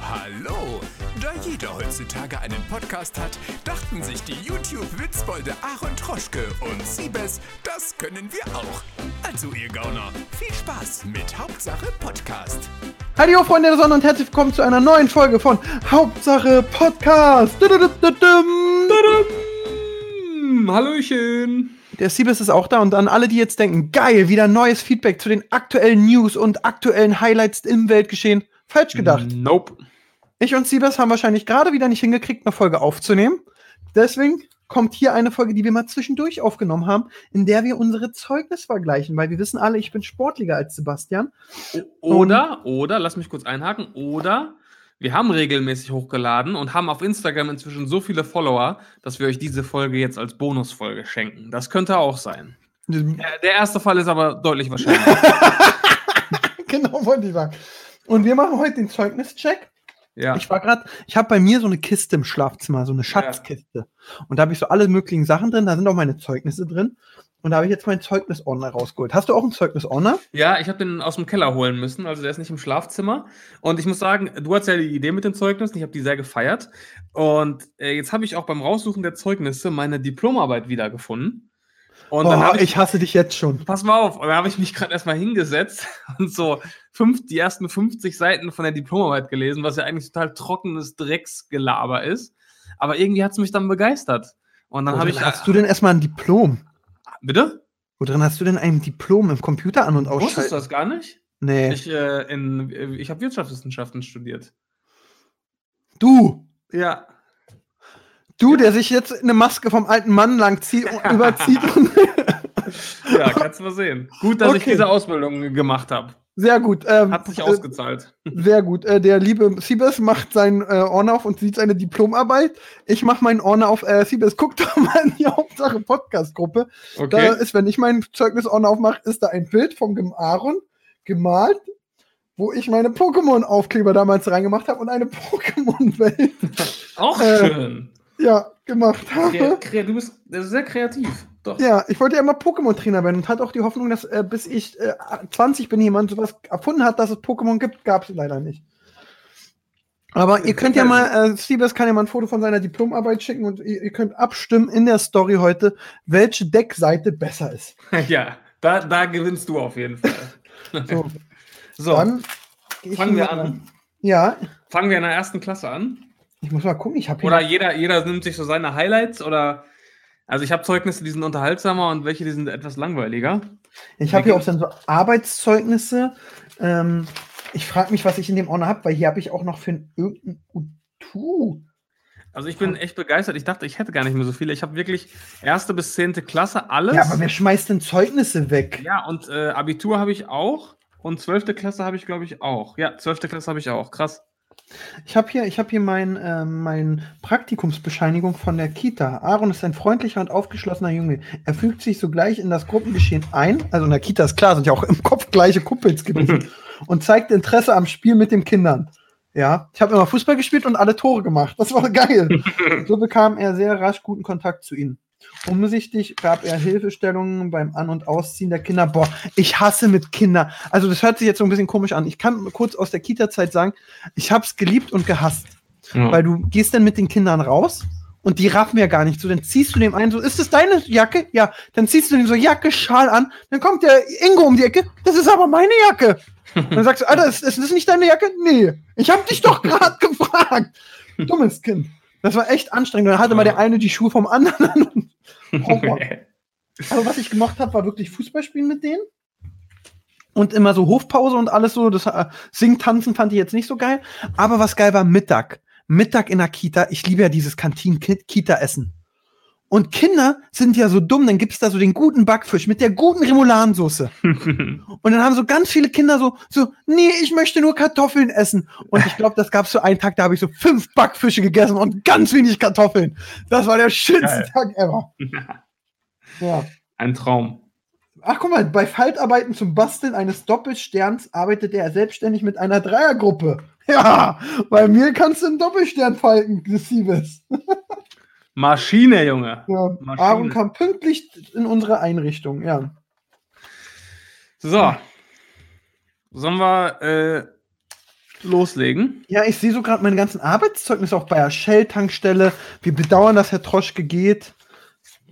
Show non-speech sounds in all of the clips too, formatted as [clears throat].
Hallo! Da jeder heutzutage einen Podcast hat, dachten sich die YouTube-Witzbolde Aaron Troschke und Siebes, das können wir auch. Also ihr Gauner, viel Spaß mit Hauptsache Podcast. Hallo Freunde der Sonne und herzlich willkommen zu einer neuen Folge von Hauptsache Podcast. Dududududum. Hm, Hallöchen. Der Siebes ist auch da und an alle, die jetzt denken, geil, wieder neues Feedback zu den aktuellen News und aktuellen Highlights im Weltgeschehen. Falsch gedacht. Nope. Ich und Siebes haben wahrscheinlich gerade wieder nicht hingekriegt, eine Folge aufzunehmen. Deswegen kommt hier eine Folge, die wir mal zwischendurch aufgenommen haben, in der wir unsere Zeugnis vergleichen, weil wir wissen alle, ich bin sportlicher als Sebastian. Oh, Oder, oder, lass mich kurz einhaken, oder wir haben regelmäßig hochgeladen und haben auf Instagram inzwischen so viele Follower, dass wir euch diese Folge jetzt als Bonusfolge schenken. Das könnte auch sein. Äh, Der erste Fall ist aber deutlich wahrscheinlicher. [laughs] genau, wollte ich sagen. Und wir machen heute den Zeugnischeck. ja. Ich war gerade, ich habe bei mir so eine Kiste im Schlafzimmer, so eine Schatzkiste. Und da habe ich so alle möglichen Sachen drin, da sind auch meine Zeugnisse drin. Und da habe ich jetzt meinen Zeugnisordner rausgeholt. Hast du auch einen Zeugnisordner? ja, ich habe den aus dem Keller holen müssen, also der ist nicht im Schlafzimmer. Und ich muss sagen, du hattest ja die Idee mit den Zeugnissen, ich habe die sehr gefeiert. Und äh, jetzt habe ich auch beim Raussuchen der Zeugnisse meine Diplomarbeit wiedergefunden. Und dann oh, habe ich, hasse dich jetzt schon. Pass mal auf, und da habe ich mich gerade erstmal hingesetzt [laughs] und so fünf, die ersten 50 Seiten von der Diplomarbeit gelesen, was ja eigentlich total trockenes Drecksgelaber ist. Aber irgendwie hat es mich dann begeistert. Und dann habe ich. ah, Worin Oh, hast du denn erstmal ein Diplom? bitte? Worin hast du denn ein Diplom im Computer an- und Wusstest ausschalten? du das gar Oh, nicht? Nee. Ich, äh, in- äh, ich habe Wirtschaftswissenschaften studiert. du! Ja. Du, der sich jetzt eine Maske vom alten Mann lang zieht, [laughs] überzieht. Und Ja, kannst du mal sehen. Gut, dass ich Okay. diese Ausbildung gemacht habe. sehr gut. Ähm, Hat sich äh, ausgezahlt. Sehr gut. Äh, der liebe Siebes macht seinen äh, Ordner auf und sieht seine Diplomarbeit. Ich mache meinen Ordner auf. Äh, Siebes, guck doch mal in die Hauptsache Podcast-Gruppe. Da Okay. ist, wenn ich meinen Zeugnisordner aufmache, ist da ein Bild vom Gem Aaron gemalt, wo ich meine Pokémon-Aufkleber damals reingemacht habe und eine Pokémon-Welt Auch äh, schön. [laughs] ja, gemacht Kre habe. kre du bist äh, sehr kreativ. Doch. Ja, ich wollte ja immer Pokémon-Trainer werden und hatte auch die Hoffnung, dass äh, bis ich äh, 20 bin, jemand sowas erfunden hat, dass es Pokémon gibt, gab es leider nicht. Aber ihr könnt ja mal, äh, Siebes kann ja mal ein Foto von seiner Diplomarbeit schicken und ihr, ihr könnt abstimmen in der Story heute, welche Deckseite besser ist. [laughs] Ja, da, da gewinnst du auf jeden Fall. So, [laughs] So, dann geh ich fangen wir mal an. Ja, Fangen wir in der ersten Klasse an? ich muss mal gucken, ich habe Oder jeder, jeder nimmt sich so seine Highlights oder. Also ich habe Zeugnisse, die sind unterhaltsamer und welche, die sind etwas langweiliger. Ich habe hier auch dann so Arbeitszeugnisse. Ähm, ich frage mich, was ich in dem Ordner habe, weil hier habe ich auch noch für einen- irgendeinen Utu. Also ich bin echt begeistert. Ich dachte, ich hätte gar nicht mehr so viele. Ich habe wirklich erste bis zehnte Klasse alles. Ja, aber wer schmeißt denn Zeugnisse weg? Ja, und äh, Abitur habe ich auch. Und zwölfte Klasse habe ich, glaube ich, auch. Ja, zwölfte Klasse habe ich auch. Krass. Ich habe hier, ich hab hier mein, äh, mein Praktikumsbescheinigung von der Kita. Aaron ist ein freundlicher und aufgeschlossener Junge. Er fügt sich sogleich in das Gruppengeschehen ein. Also in der Kita ist klar, sind ja auch im Kopf gleiche Kumpels gewesen. und zeigt Interesse am Spiel mit den Kindern. Ja, ich habe immer Fußball gespielt und alle Tore gemacht. Das war geil. so bekam er sehr rasch guten Kontakt zu ihnen. Umsichtig gab er Hilfestellungen beim An- und Ausziehen der Kinder. Boah, ich hasse mit Kindern. Also das hört sich jetzt so ein bisschen komisch an. Ich kann kurz aus der Kita-Zeit sagen, ich hab's geliebt und gehasst. Weil du gehst dann mit den Kindern raus und die raffen ja gar nicht so. Dann ziehst du dem einen so, ist das deine Jacke? Ja. Dann ziehst du dem so Jacke, Schal an. Dann kommt der Ingo um die Ecke. Das ist aber meine Jacke. Und dann sagst du, Alter, ist, ist das nicht deine Jacke? Nee. Ich hab dich doch gerade [laughs] gefragt. Dummes Kind. Das war echt anstrengend. Dann hatte mal der eine die Schuhe vom anderen an. [laughs] Oh Mann. Aber was ich gemocht habe, war wirklich Fußball spielen mit denen. Und immer so Hofpause und alles so. Das äh, Singen, Tanzen fand ich jetzt nicht so geil. Aber was geil war, Mittag. Mittag in der Kita. Ich liebe ja dieses Kantinen-Kita-Essen. Und Kinder sind ja so dumm, dann gibt's da so den guten Backfisch mit der guten Remouladensauce. Und dann haben so ganz viele Kinder so, so, nee, ich möchte nur Kartoffeln essen. Und ich glaube, das gab's so einen Tag, da habe ich so fünf Backfische gegessen und ganz wenig Kartoffeln. Das war der schönste Geil. Tag ever. Ja. [laughs] Ein Traum. Ach, guck mal, bei Faltarbeiten zum Basteln eines Doppelsterns arbeitet er selbstständig mit einer Dreiergruppe. [laughs] Ja, bei mir kannst du einen Doppelstern falten, Siebes. Maschine, Junge. Ja. Maschine. Aaron kam pünktlich in unsere Einrichtung, ja. So. Sollen wir äh, loslegen. Ja, ich sehe so gerade meine ganzen Arbeitszeugnisse auch bei der Shell-Tankstelle. Wir bedauern, dass Herr Troschke geht.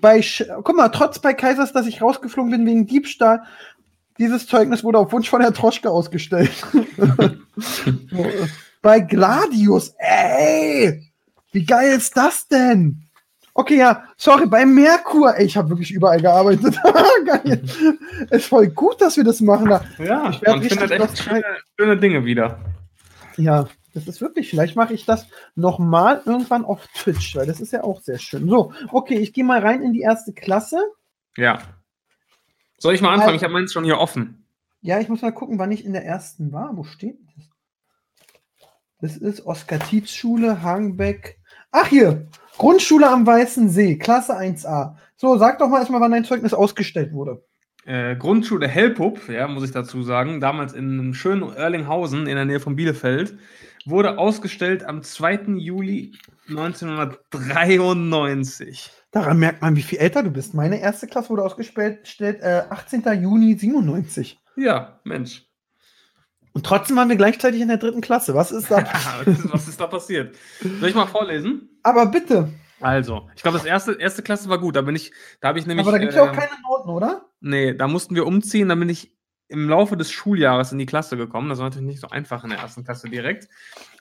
Bei Sch- Guck mal, trotz bei Kaisers, dass ich rausgeflogen bin wegen Diebstahl, dieses Zeugnis wurde auf Wunsch von Herr Troschke ausgestellt. [laughs] So, äh, bei Gladius, ey! Wie geil ist das denn? Okay, ja, sorry, bei Merkur, ey, ich habe wirklich überall gearbeitet. [laughs] geil. Ist voll gut, dass wir das machen. Da. Ja, Ich werd man richtig findet was echt schöne, schöne Dinge wieder. Ja, das ist wirklich. Vielleicht mache ich das nochmal irgendwann auf Twitch, weil das ist ja auch sehr schön. So, okay, ich gehe mal rein in die erste Klasse. Ja. Soll ich mal anfangen? Also- Ich habe meins schon hier offen. Ja, ich muss mal gucken, wann ich in der ersten war. Wo steht das? Das ist Oskar Tietz Schule, Hagenbeck. Ach hier, Grundschule am Weißen See, Klasse 1a. So, sag doch mal erstmal, wann dein Zeugnis ausgestellt wurde. Äh, Grundschule Hellpup, ja, muss ich dazu sagen, damals in einem schönen Erlinghausen in der Nähe von Bielefeld, wurde ausgestellt am 2. Juli 1993. Daran merkt man, wie viel älter du bist. Meine erste Klasse wurde ausgestellt stellt, äh, 18. Juni 97. Ja, Mensch. [laughs] Und trotzdem waren wir gleichzeitig in der dritten Klasse. Was ist [laughs] da? Was ist da passiert? Soll ich mal vorlesen? Aber bitte, Also, ich glaube, das erste, erste Klasse war gut. Da bin ich, da habe ich nämlich. Aber da gibt es ja auch ähm, keine Noten, oder? Nee, da mussten wir umziehen, da bin ich im Laufe des Schuljahres in die Klasse gekommen. Das war natürlich nicht so einfach in der ersten Klasse direkt.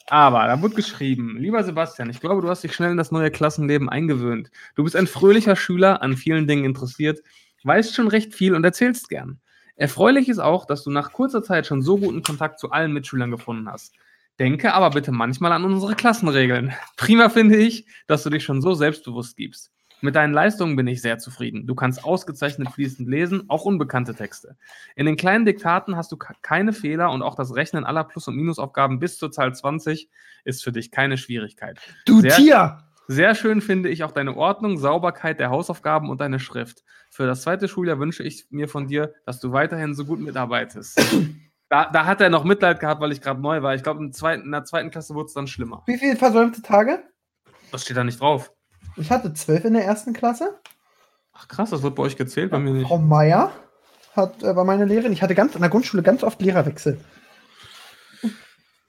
Aber da wurde geschrieben, lieber Sebastian, ich glaube, du hast dich schnell in das neue Klassenleben eingewöhnt. Du bist ein fröhlicher Schüler, an vielen Dingen interessiert, weißt schon recht viel und erzählst gern. Erfreulich ist auch, dass du nach kurzer Zeit schon so guten Kontakt zu allen Mitschülern gefunden hast. Denke aber bitte manchmal an unsere Klassenregeln. Prima finde ich, dass du dich schon so selbstbewusst gibst. Mit deinen Leistungen bin ich sehr zufrieden. Du kannst ausgezeichnet fließend lesen, auch unbekannte Texte. In den kleinen Diktaten hast du ka- keine Fehler und auch das Rechnen aller Plus- und Minusaufgaben bis zur Zahl 20 ist für dich keine Schwierigkeit. Du Sehr- Tier! Sehr schön finde ich auch deine Ordnung, Sauberkeit der Hausaufgaben und deine Schrift. Für das zweite Schuljahr wünsche ich mir von dir, dass du weiterhin so gut mitarbeitest. Da, da hat er noch Mitleid gehabt, weil ich gerade neu war. Ich glaube, in, zweiten- in der zweiten Klasse wurde es dann schlimmer. Wie viele versäumte Tage? Das steht da nicht drauf. Ich hatte zwölf in der ersten Klasse. Ach krass, das wird bei euch gezählt, bei mir nicht. Frau Meier hat, äh, war meine Lehrerin. Ich hatte ganz in der Grundschule ganz oft Lehrerwechsel.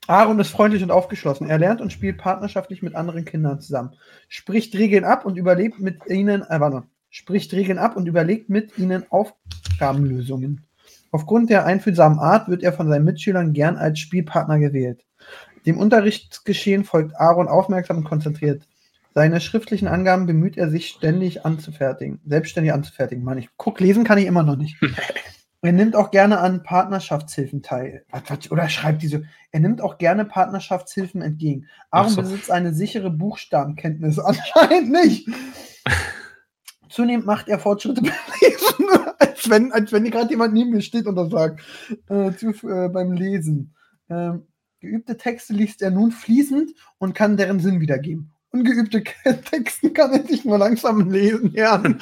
Aaron ist freundlich und aufgeschlossen. Er lernt und spielt partnerschaftlich mit anderen Kindern zusammen. Spricht Regeln ab und überlebt mit ihnen, äh, warte, spricht Regeln ab und überlegt mit ihnen Aufgabenlösungen. Aufgrund der einfühlsamen Art wird er von seinen Mitschülern gern als Spielpartner gewählt. Dem Unterrichtsgeschehen folgt Aaron aufmerksam und konzentriert. Seine schriftlichen Angaben bemüht er sich ständig anzufertigen, selbstständig anzufertigen. Mann, ich guck, lesen kann ich immer noch [laughs] nicht. er nimmt auch gerne an Partnerschaftshilfen teil. Was, was, oder schreibt diese. Er nimmt auch gerne Partnerschaftshilfen entgegen. Aaron Ach so. besitzt eine sichere Buchstabenkenntnis. [laughs] Anscheinend [laughs] nicht. Zunehmend macht er Fortschritte beim Lesen, [laughs] als wenn, als wenn gerade jemand neben mir steht und das sagt, äh, zu, äh, beim Lesen. Ähm, geübte Texte liest er nun fließend und kann deren Sinn wiedergeben. Ungeübte [laughs] Texte kann er sich nur langsam lesen lernen.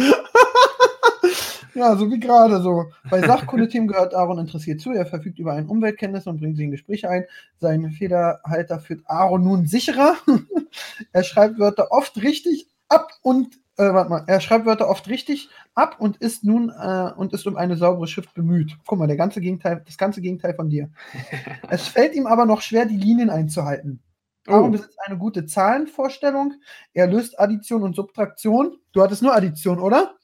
[laughs] ja, so wie gerade so. Bei Sachkundethemen gehört Aaron interessiert zu. Er verfügt über ein Umweltkenntnis und bringt sie in Gespräche ein. Sein Federhalter führt Aaron nun sicherer. [laughs] er schreibt Wörter oft richtig ab und äh, warte mal, er schreibt Wörter oft richtig ab und ist nun äh, und ist um eine saubere Schrift bemüht. Guck mal, der ganze Gegenteil, das ganze Gegenteil von dir. es fällt ihm aber noch schwer, die Linien einzuhalten. Aaron Oh. besitzt eine gute Zahlenvorstellung. Er löst Addition und Subtraktion. Du hattest nur Addition, oder?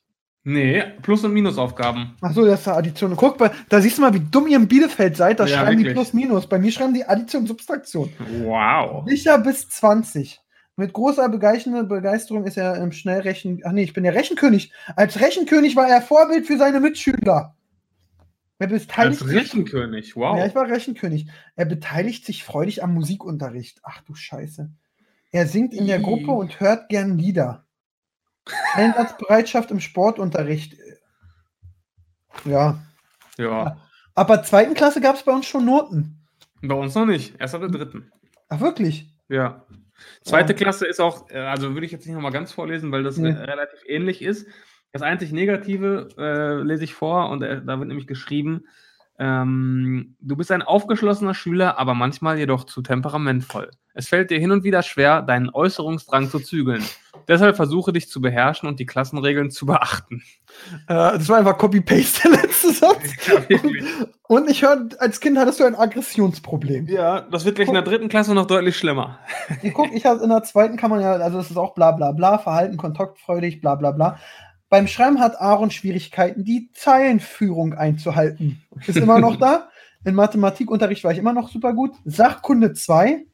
Nee, Plus- und Minusaufgaben. Achso, das ist ja Addition. Guck, bei- da siehst du mal, wie dumm ihr in Bielefeld seid. Da Ja, schreiben die wirklich. Plus-Minus. Bei mir schreiben die Addition und Subtraktion. Wow. Sicher bis 20. Mit großer begeisternder Begeisterung ist er im Schnellrechen. Ach nee, ich bin der Rechenkönig. Als Rechenkönig war er Vorbild für seine Mitschüler. Er beteiligt Als sich- Rechenkönig, wow. Ja, ich war Rechenkönig. Er beteiligt sich freudig am Musikunterricht. Ach du Scheiße. Er singt in der Ih. Gruppe und hört gern Lieder. Einsatzbereitschaft im Sportunterricht. Ja. ja. Ab der zweiten Klasse gab es bei uns schon Noten. Bei uns noch nicht. Erst ab der dritten. Ach, wirklich? Ja. Zweite Ja. Klasse ist auch, äh, also würde ich jetzt nicht nochmal ganz vorlesen, weil das Nee. äh, relativ ähnlich ist. Das einzig Negative äh, lese ich vor und äh, da wird nämlich geschrieben, ähm, du bist ein aufgeschlossener Schüler, aber manchmal jedoch zu temperamentvoll. Es fällt dir hin und wieder schwer, deinen Äußerungsdrang zu zügeln. Deshalb versuche dich zu beherrschen und die Klassenregeln zu beachten. [laughs] Äh, das war einfach Copy-Paste der letzte Satz. Und, und ich hörte, als Kind hattest du ein Aggressionsproblem. Ja, das wird gleich in der dritten Klasse noch deutlich schlimmer. Ich guck, ich hab, in der zweiten kann man ja, also das ist auch bla bla bla, Verhalten, kontaktfreudig, bla bla bla. Beim Schreiben hat Aaron Schwierigkeiten, die Zeilenführung einzuhalten. Ist immer noch da. In Mathematikunterricht war ich immer noch super gut. Sachkunde 2,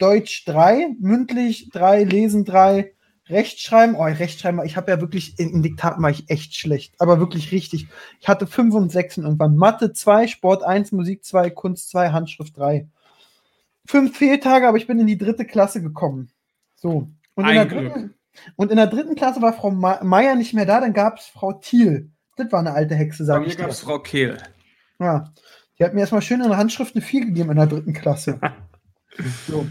Deutsch 3, mündlich 3, Lesen 3, Rechtschreiben. Oh, Rechtschreiben, ich habe ja wirklich, in, in Diktaten war ich echt schlecht, aber wirklich richtig. Ich hatte 5 und 6 irgendwann. Mathe 2, Sport 1, Musik 2, Kunst 2, Handschrift 3. Fünf Fehltage, aber ich bin in die dritte Klasse gekommen. So. Und in, Ein der Glück. dritten, und in der dritten Klasse war Frau Ma- Meier nicht mehr da, dann gab es Frau Thiel. Das war eine alte Hexe, Bei sag mir ich dir. gab es Frau Kehl. Ja. Die hat mir erstmal schön in der Handschrift eine 4 gegeben in der dritten Klasse. so.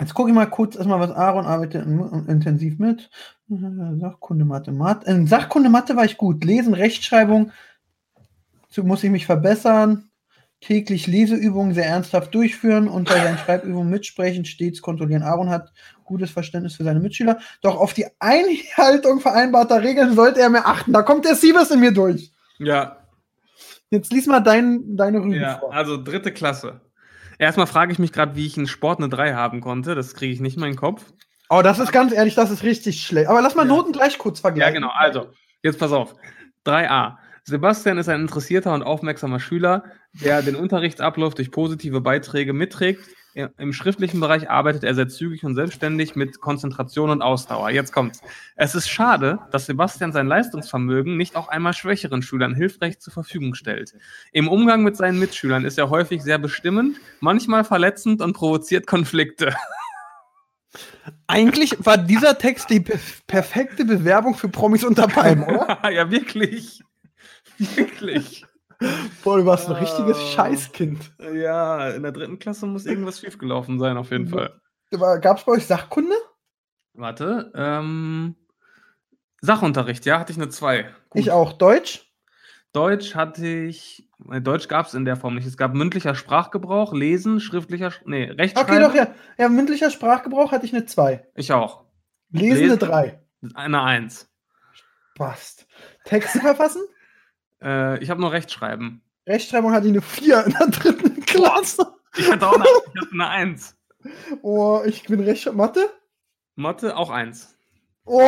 Jetzt gucke ich mal kurz erstmal, was Aaron arbeitet in, intensiv mit. Äh, Sachkunde Mathe, Mathe. In Sachkunde Mathe war ich gut. Lesen, Rechtschreibung. Zu muss ich mich verbessern. Täglich Leseübungen sehr ernsthaft durchführen und bei seinen Schreibübungen mitsprechen, stets kontrollieren. Aaron hat gutes Verständnis für seine Mitschüler. Doch auf die Einhaltung vereinbarter Regeln sollte er mehr achten. Da kommt der Siebes in mir durch. Ja, Jetzt lies mal dein, deine Rügen Ja, vor. also dritte Klasse. Erstmal frage ich mich gerade, wie ich in Sport eine 3 haben konnte. Das kriege ich nicht in meinen Kopf. Oh, das ist ganz ehrlich, das ist richtig schlecht. Aber lass mal Ja. Noten gleich kurz Ja, vergleichen. genau. Also, jetzt pass auf. 3a. Sebastian ist ein interessierter und aufmerksamer Schüler, der den Unterrichtsablauf durch positive Beiträge mitträgt. Ja, Im schriftlichen Bereich arbeitet er sehr zügig und selbstständig mit Konzentration und Ausdauer. Jetzt kommt's. Es ist schade, dass Sebastian sein Leistungsvermögen nicht auch einmal schwächeren Schülern hilfreich zur Verfügung stellt. Im Umgang mit seinen Mitschülern ist er häufig sehr bestimmend, manchmal verletzend und provoziert Konflikte. [laughs] Eigentlich war dieser Text die perf- perfekte Bewerbung für Promis unter Palmen, [laughs] oder? ja, wirklich. Wirklich. Boah, du warst ein Ah. richtiges Scheißkind. Ja, in der dritten Klasse muss irgendwas schiefgelaufen sein, auf jeden Mhm. Fall. Gab es bei euch Sachkunde? Warte, ähm, Sachunterricht, ja, hatte ich eine 2. Ich auch. Deutsch? Deutsch hatte ich, äh, Deutsch gab es in der Form nicht. Es gab mündlicher Sprachgebrauch, Lesen, schriftlicher, Sch- nee, Rechtschreibung. Okay, doch, ja. Ja, mündlicher Sprachgebrauch hatte ich eine 2. Ich auch. Lesen eine Lesen. 3. Eine 1. Passt. Texte verfassen? Äh, ich habe nur Rechtschreiben. Rechtschreibung hatte ich eine 4 in der dritten Klasse. Ich hatte [laughs] auch eine, ich hatte eine 1. Oh, ich bin Recht Mathe? Mathe auch 1. Oh,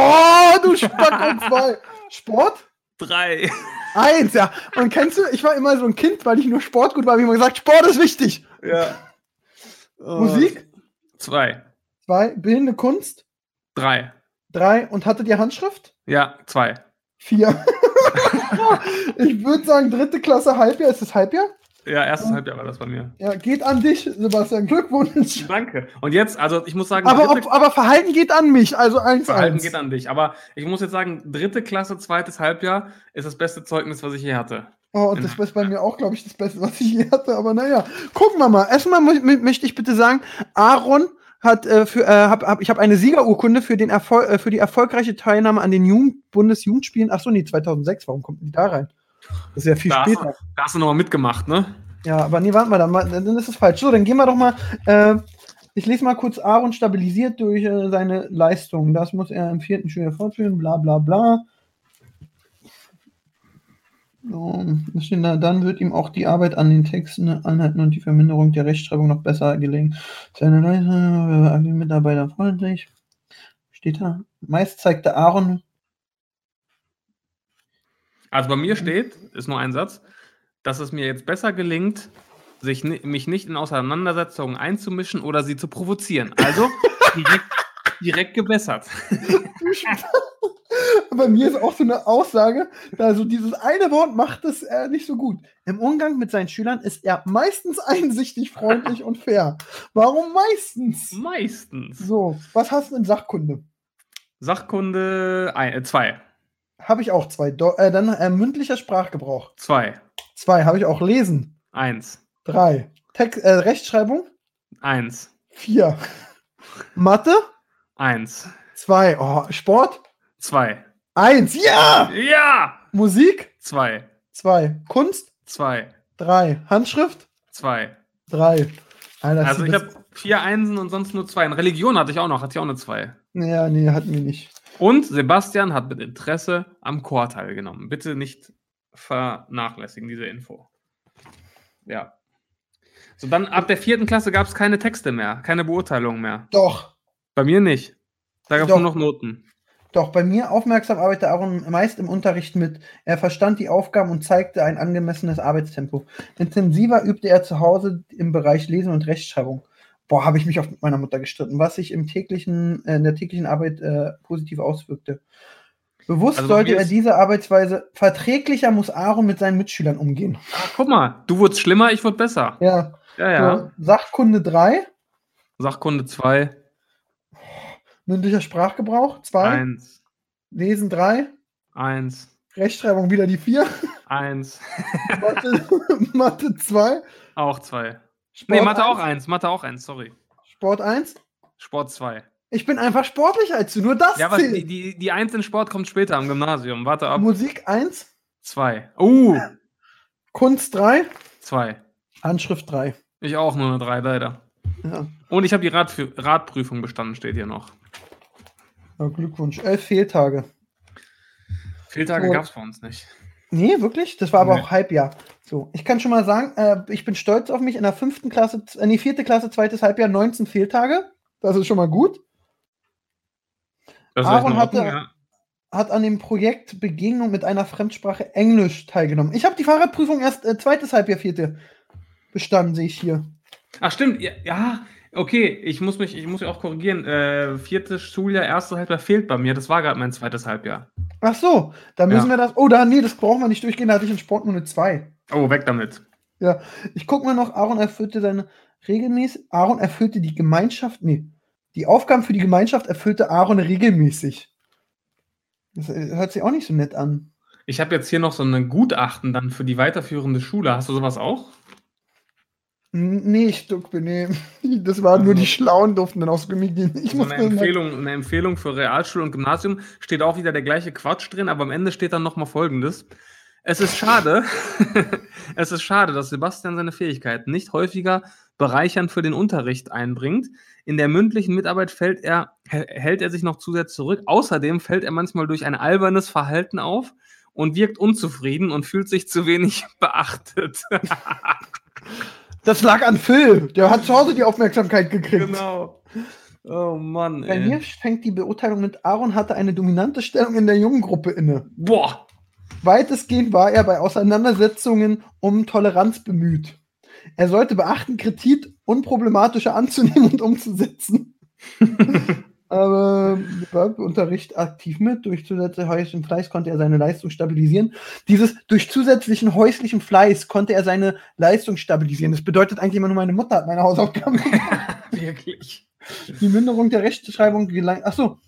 du Spack und [laughs] zwei. Sport? 3. Eins, ja. Und kennst du, ich war immer so ein Kind, weil ich nur Sport gut war, habe ich immer gesagt, Sport ist wichtig. [laughs] Ja. Musik? 2. Zwei, bildende Kunst. 3. Drei, und hattet ihr Handschrift? Ja, 2. Vier. [laughs] ich würde sagen, dritte Klasse, Halbjahr. Ist es Halbjahr? Ja, Oh. erstes Halbjahr war das bei mir. Ja, geht an dich, Sebastian. Glückwunsch. Danke. Und jetzt, also ich muss sagen, Aber, dritte ob, aber Verhalten geht an mich, also eins, Verhalten eins. geht an dich. Aber ich muss jetzt sagen, dritte Klasse, zweites Halbjahr ist das beste Zeugnis, was ich je hatte. Oh, und Genau. das ist bei mir auch, glaube ich, das Beste, was ich je hatte. Aber naja, gucken wir mal. Erstmal mö- mö- möchte ich bitte sagen, Aaron hat äh, für, äh, hab, hab, ich habe eine Siegerurkunde für, den Erfolg, äh, für die erfolgreiche Teilnahme an den Jugend Bundesjugendspielen. Achso, nee, 2006. Warum kommt die da rein? Das ist ja viel Da hast, du, später. da hast du nochmal mitgemacht, ne? Ja, aber nee, warte mal, dann, ma- dann ist es falsch. So, dann gehen wir doch mal. Äh, ich lese mal kurz Aaron stabilisiert durch äh, seine Leistung. Das muss er im vierten Schüler fortführen, bla bla bla. So, was steht da? Dann wird ihm auch die Arbeit an den Texten, Einheiten und die Verminderung der Rechtschreibung noch besser gelingen. Seine Leistung, äh, an den Mitarbeiter freundlich. Steht da. Meist zeigte Aaron Also bei mir steht, ist nur ein Satz, dass es mir jetzt besser gelingt, sich, ni- mich nicht in Auseinandersetzungen einzumischen oder sie zu provozieren. Also direkt, direkt gebessert. [laughs] Bei mir ist auch so eine Aussage, also dieses eine Wort macht es äh, nicht so gut. Im Umgang mit seinen Schülern ist er meistens [laughs] einsichtig, freundlich und fair. Warum meistens? Meistens. So, was hast du in Sachkunde? Sachkunde äh, 2. Habe ich auch zwei. Do äh, dann äh, mündlicher Sprachgebrauch. 2. Zwei. Habe ich auch Lesen. 1. Drei. Text, äh, Rechtschreibung. 1. Vier. Mathe. 1. Zwei. Oh, Sport. 2. Eins. Ja! Ja! Musik. 2. Zwei. Kunst. 2. Drei. Handschrift. 2. Drei. Alter, Also ich das- habe vier Einsen und sonst nur zwei. In Religion hatte ich auch noch, hatte ich auch eine zwei. Ja, nee, hatten wir nicht. Und Sebastian hat mit Interesse am Chor teilgenommen. Bitte nicht vernachlässigen diese Info. Ja. So, dann ab der vierten Klasse gab es keine Texte mehr, keine Beurteilung mehr. Doch, Bei mir nicht. Da gab es Doch. nur noch Noten. doch, bei mir aufmerksam arbeitete Aaron meist im Unterricht mit. Er verstand die Aufgaben und zeigte ein angemessenes Arbeitstempo. Intensiver übte er zu Hause im Bereich Lesen und Rechtschreibung. Boah, habe ich mich oft mit meiner Mutter gestritten, was sich im täglichen, äh, in der täglichen Arbeit äh, positiv auswirkte. Bewusst Also bei sollte mir er ist- diese Arbeitsweise verträglicher muss Aaron mit seinen Mitschülern umgehen. Ah, guck mal, du wurdest schlimmer, ich wurde besser. Ja, Ja, ja. So, Sachkunde 3, Sachkunde 2, mündlicher Sprachgebrauch 2, 1, Lesen 3, 1, Rechtschreibung wieder die 4, 1, Mathe, [laughs] Mathe 2, auch 2. Sport, Nee, Mathe auch eins, 1, Mathe auch 1, sorry. Sport 1. Sport 2. Ich bin einfach sportlicher als du, nur das Ja, aber die, zählt. die, die 1 in Sport kommt später am Gymnasium. Warte ab. Musik 1, 2. Uh, Kunst 3, 2. Handschrift 3. Ich auch nur eine 3, leider. Ja, Und ich habe die Radfü- Radprüfung bestanden, steht hier noch. na, Glückwunsch. Elf Fehltage. Fehltage Oh. gab es bei uns nicht. Nee, wirklich? Das war aber Nee. auch Halbjahr. So, ich kann schon mal sagen, äh, ich bin stolz auf mich. In der fünften Klasse, äh, nee, vierte Klasse, zweites Halbjahr, 19 Fehltage. Das ist schon mal gut. Das ist Aaron echt in Ordnung, hatte- ja. hat an dem Projekt Begegnung mit einer Fremdsprache Englisch teilgenommen. Ich habe die Fahrradprüfung erst äh, zweites Halbjahr vierte bestanden, sehe ich hier. Ach stimmt, ja, ja, okay, ich muss mich, ich muss mich auch korrigieren. Äh, viertes Schuljahr, erstes Halbjahr fehlt bei mir. Das war gerade mein zweites Halbjahr. Ach so, da müssen Ja. wir das. Oh, da, nee, das brauchen wir nicht durchgehen. Da hatte ich in Sport nur eine 2. Oh, weg damit. Ich gucke mir noch, Aaron erfüllte seine regelmäßig. Aaron erfüllte die Gemeinschaft. Nee, die Aufgaben für die Gemeinschaft erfüllte Aaron regelmäßig. Das äh, hört sich auch nicht so nett an. Ich habe jetzt hier noch so ein Gutachten dann für die weiterführende Schule. Hast du sowas auch? N- Nee, ich ducke, nee. [laughs] Das waren nur Also- die Schlauen durften dann aufs Gimmick gehen. Ich So muss Also eine, mir mal- Empfehlung, eine Empfehlung für Realschule und Gymnasium steht auch wieder der gleiche Quatsch drin, aber am Ende steht dann nochmal folgendes. Es ist schade, [laughs] es ist schade, dass Sebastian seine Fähigkeiten nicht häufiger bereichernd für den Unterricht einbringt. In der mündlichen Mitarbeit fällt er, hä- hält er sich noch zu sehr zurück. Außerdem fällt er manchmal durch ein albernes Verhalten auf und wirkt unzufrieden und fühlt sich zu wenig [laughs] beachtet. Das lag an Phil. Der hat zu Hause die Aufmerksamkeit gekriegt. genau. Oh Mann. Bei ey. mir fängt die Beurteilung mit Aaron hatte eine dominante Stellung in der jungen Gruppe inne. Boah. Weitestgehend war er bei Auseinandersetzungen um Toleranz bemüht. Er sollte beachten, Kritik unproblematischer anzunehmen und umzusetzen. Aber beim Unterricht aktiv mit, durch zusätzlichen häuslichen Fleiß konnte er seine Leistung stabilisieren. Dieses durch zusätzlichen häuslichen Fleiß konnte er seine Leistung stabilisieren. Das bedeutet eigentlich immer nur, meine Mutter hat meine Hausaufgaben gemacht. Wirklich. Die Minderung der Rechtschreibung gelang. Achso,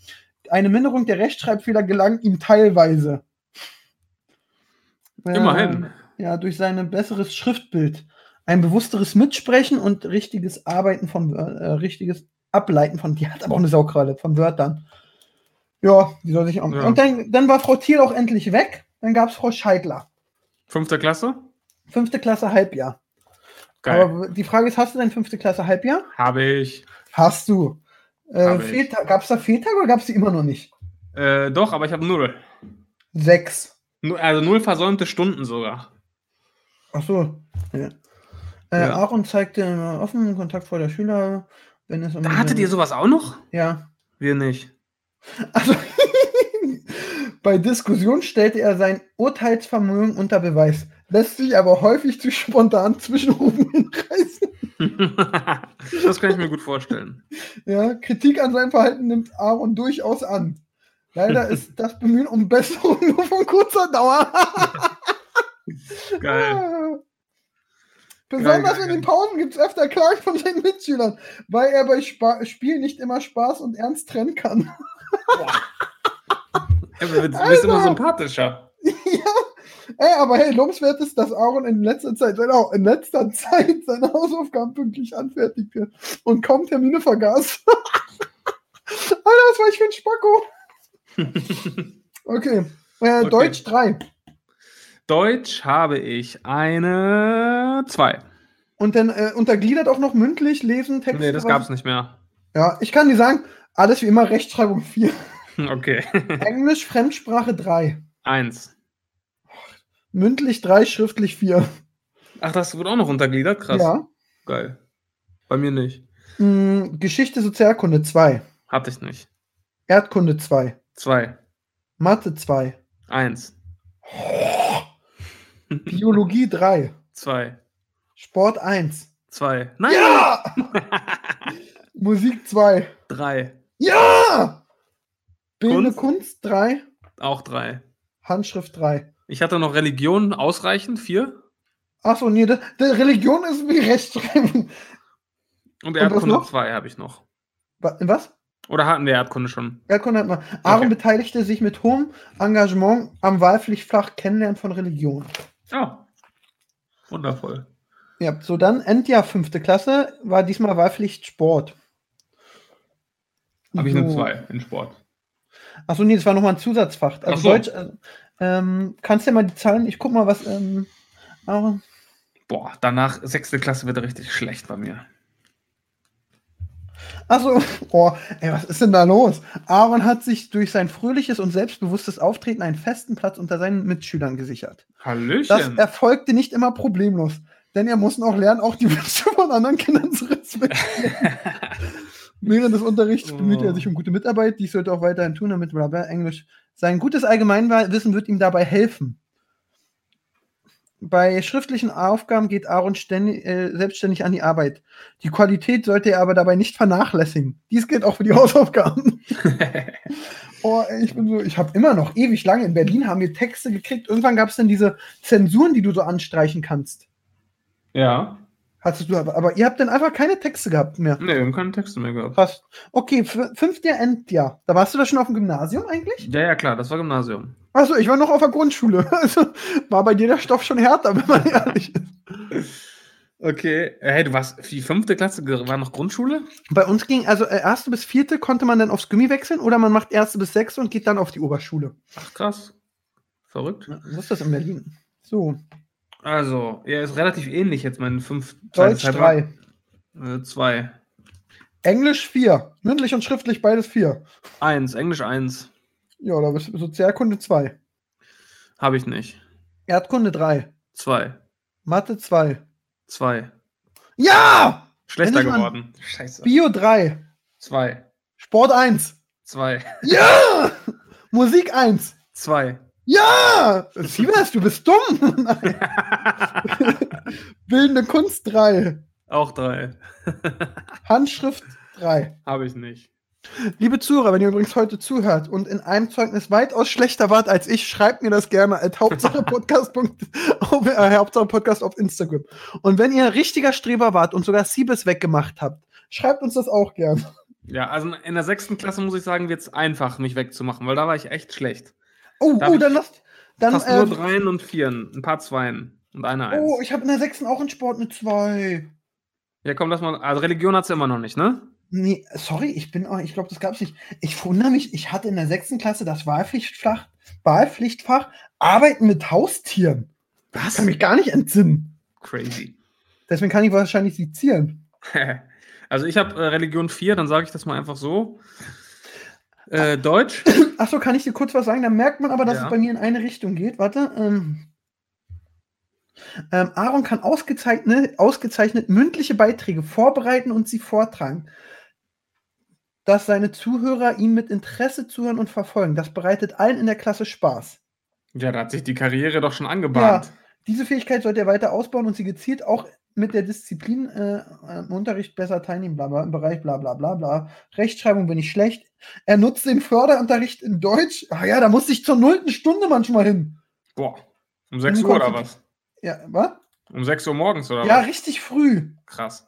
eine Minderung der Rechtschreibfehler gelang ihm teilweise. Ähm, Immerhin. Ja, durch sein besseres Schriftbild. Ein bewussteres Mitsprechen und richtiges Arbeiten von Wör- äh, richtiges Ableiten von. Die hat aber auch eine Saukralle von Wörtern. Ja, die soll sich auch. Ja. Und dann, dann war Frau Thiel auch endlich weg. Dann gab es Frau Scheidler. Fünfte Klasse? Fünfte Klasse Halbjahr. Geil. Aber die Frage ist, hast du dein fünfte Klasse Halbjahr? Habe ich. Hast du. Äh, Hab ich. gab es da Fehltage oder gab es die immer noch nicht? Äh, doch, aber ich habe null. Sechs. Nu- Also null versäumte Stunden sogar. Ach so. Ja. Äh, Ja. Aaron zeigte immer offen Kontakt vor der Schüler, wenn es um. Da hattet ihr sowas auch noch? Ja. [laughs] Wir nicht. [laughs] Also, [laughs] bei Diskussion stellte er sein Urteilsvermögen unter Beweis, lässt sich aber häufig zu spontanen [laughs] Zwischenrufen hinreißen. das kann ich mir gut vorstellen. Ja, Kritik an seinem Verhalten nimmt Aaron durchaus an. Leider ist [laughs] das Bemühen um Besserung [laughs] nur von kurzer Dauer. Geil. Ah. Besonders geil, in den Pausen gibt es öfter Klagen von seinen Mitschülern, weil er bei Spa Spielen nicht immer Spaß und Ernst trennen kann. [laughs] Ey, Du bist- du bist immer Alter. sympathischer. Ey, Äh, aber hey, lobenswert ist, dass Aaron in letzter Zeit, genau, in letzter Zeit seine Hausaufgaben pünktlich anfertigte und kaum Termine vergaß. [laughs] Alter, was war ich für ein Spacko? [laughs] Okay. Äh, Okay. Deutsch 3. Deutsch habe ich eine zwei. Und dann äh, untergliedert auch noch mündlich lesen, Text. Nee, das was- gab's nicht mehr. [laughs] Ja, ich kann dir sagen, alles wie immer Rechtschreibung 4. Okay. Englisch, Fremdsprache 3. Eins. Mündlich 3, schriftlich 4. Ach, das wird auch noch untergliedert? Krass. Ja. Geil. Bei mir nicht. Hm, Geschichte, Sozialkunde 2. Hatte ich nicht. Erdkunde 2. Zwei. Mathe 2. Eins. Biologie 3. Zwei. Sport 1. Zwei. Nein! [laughs] Ja! Musik 2. Drei. Ja! Bildende Kunst 3. Auch drei. Handschrift 3. Ich hatte noch Religion ausreichend, vier. Achso, nee, de, de Religion ist [laughs] wie Rechtschreibung. Und was Erdkunde noch? zwei habe ich noch. Wa- Was? Oder hatten wir Erdkunde schon? Erdkunde hat mal. Aaron Okay. beteiligte sich mit hohem Engagement am Wahlpflichtfach Kennenlernen von Religion. Ja. Wundervoll. Ja, so dann Endjahr fünfte Klasse war diesmal Wahlpflicht Sport. Habe ich nur So. zwei in Sport. Achso, nee, das war nochmal ein Zusatzfach. Ach Also so. Deutsch, äh, ähm, kannst du ja mal die Zahlen, ich guck mal, was ähm, Aaron. Boah, danach, sechste Klasse wird richtig schlecht bei mir. Achso, [laughs] oh, ey, was ist denn da los? Aaron hat sich durch sein fröhliches und selbstbewusstes Auftreten einen festen Platz unter seinen Mitschülern gesichert. Das Hallöchen. erfolgte nicht immer problemlos, denn er mussten auch lernen, auch die Wünsche von anderen Kindern zu respektieren. Während des Unterrichts bemühte er sich um gute Mitarbeit, dies sollte er auch weiterhin tun, damit Rubber Englisch. Sein gutes Allgemeinwissen wird ihm dabei helfen. Bei schriftlichen Aufgaben geht Aaron ständig, äh, selbstständig an die Arbeit. Die Qualität sollte er aber dabei nicht vernachlässigen. Dies gilt auch für die Hausaufgaben. Oh, ey, ich bin so, ich habe immer noch ewig lange in Berlin haben wir Texte gekriegt. Irgendwann gab es dann diese Zensuren, die du so anstreichen kannst. ja. Hattest du aber, aber ihr habt dann einfach keine Texte gehabt mehr. Nee, wir haben keine Texte mehr gehabt. Fast. Okay, f- fünfter Endjahr. Da warst du da schon auf dem Gymnasium eigentlich? Ja, ja, klar, das war Gymnasium. Achso, ich war noch auf der Grundschule. [laughs] Also war bei dir der Stoff schon härter, wenn man [laughs] ehrlich ist. Okay. Äh, Hey, du warst, die fünfte Klasse ge- war noch Grundschule? Bei uns ging, also äh, erste bis vierte konnte man dann aufs Gummi wechseln oder man macht erste bis sechste und geht dann auf die Oberschule. Ach, krass. Verrückt. Ja, So ist das in Berlin. So, Also, ja, ist relativ ähnlich jetzt mein fünf. Deutsch Zeit- 3. Äh, zwei. Englisch 4. Mündlich und schriftlich beides 4. Eins, Englisch eins. Ja, da bist du Sozialkunde 2. Habe ich nicht. Erdkunde 3. Zwei. Mathe 2. Zwei. Ja! Schlechter Endlich mal ein- geworden. Scheiße. Bio 3. Zwei. Sport 1. Zwei. [laughs] Ja! [laughs] Musik 1. Zwei. Ja! Siebers, du bist [laughs] dumm. Nein. Bildende Kunst 3. Auch drei. Handschrift 3. Habe ich nicht. Liebe Zuhörer, wenn ihr übrigens heute zuhört und in einem Zeugnis weitaus schlechter wart als ich, schreibt mir das gerne at Hauptsache Podcast. auf, äh, [laughs] Hauptsache Podcast auf Instagram. Und wenn ihr richtiger Streber wart und sogar Siebes weggemacht habt, schreibt uns das auch gerne. Ja, also in der sechsten Klasse muss ich sagen, wird es einfach, mich wegzumachen, weil da war ich echt schlecht. Oh, Darf oh, ich- dann lasst. Dann, Fast ähm, nur Dreien und Vieren, ein paar Zweien und eine Eins. oh, ich habe in der sechsten auch in Sport eine 2. ja, komm, lass mal. Also Religion hat es ja immer noch nicht, ne? Nee, sorry, ich bin auch, ich glaube, das gab's nicht. Ich wundere mich, ich hatte in der sechsten Klasse das Wahlpflichtfach, Wahlpflichtfach Arbeiten mit Haustieren. Das kann mich gar nicht entsinnen. Crazy. [laughs] Deswegen kann ich wahrscheinlich sezieren. also ich habe äh, Religion 4, dann sage ich das mal einfach so. Ah. Äh, Deutsch. Achso, kann ich dir kurz was sagen? Dann merkt man aber, dass Ja. es bei mir in eine Richtung geht. Warte. Ähm, ähm, Aaron kann ausgezeichnet, ausgezeichnet mündliche Beiträge vorbereiten und sie vortragen. Dass seine Zuhörer ihm mit Interesse zuhören und verfolgen. Das bereitet allen in der Klasse Spaß. Ja, da hat sich die Karriere doch schon angebahnt. Diese Fähigkeit sollte er weiter ausbauen und sie gezielt auch mit der Disziplin äh, am Unterricht besser teilnehmen, bla, bla, im Bereich bla bla bla bla. Rechtschreibung bin ich schlecht. Er nutzt den Förderunterricht in Deutsch. Ah ja, da musste ich zur nullten Stunde manchmal hin. Boah. Um 6 Nun Uhr oder kommt- was? Ja, was? Um 6 Uhr morgens oder Ja, was? richtig früh. Krass.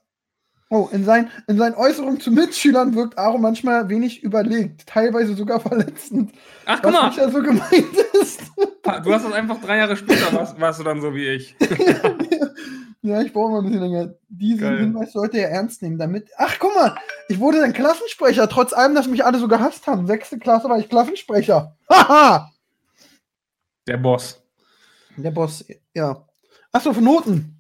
Oh, in, sein, in seinen Äußerungen zu Mitschülern wirkt Aaron manchmal wenig überlegt, teilweise sogar verletzend. Ach, guck Was mal, nicht also gemeint ist. du hast das einfach drei Jahre später, warst, warst du dann so wie ich. Ja, ich brauche mal ein bisschen länger. Diesen Geil. Hinweis sollte er ernst nehmen, damit. Ach, guck mal, ich wurde dann Klassensprecher, trotz allem, dass mich alle so gehasst haben. Sechste Klasse war ich Klassensprecher. [laughs] Haha! Der Boss. Der Boss, ja. Achso, für Noten.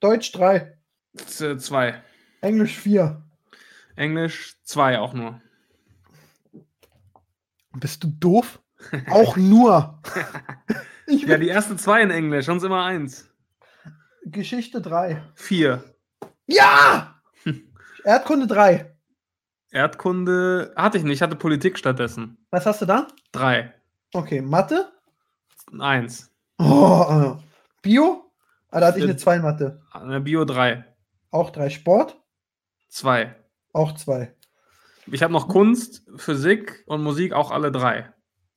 Deutsch 3, Z zwei. Englisch 4. Englisch zwei auch nur. Bist du [laughs] doof? Auch nur. ich Ja, bin die ersten zwei in Englisch, sonst immer eins. Geschichte 3. Vier. [laughs] Ja! Erdkunde 3. Erdkunde hatte ich nicht, hatte Politik stattdessen. Was hast du da? Drei. Okay, Mathe. Eins. Oh, äh, Bio. Ah, da hatte ich eine 2 in Mathe. Äh, Bio drei. Auch 3 Sport. Zwei. Auch 2. Ich habe noch Kunst, Physik und Musik auch alle drei.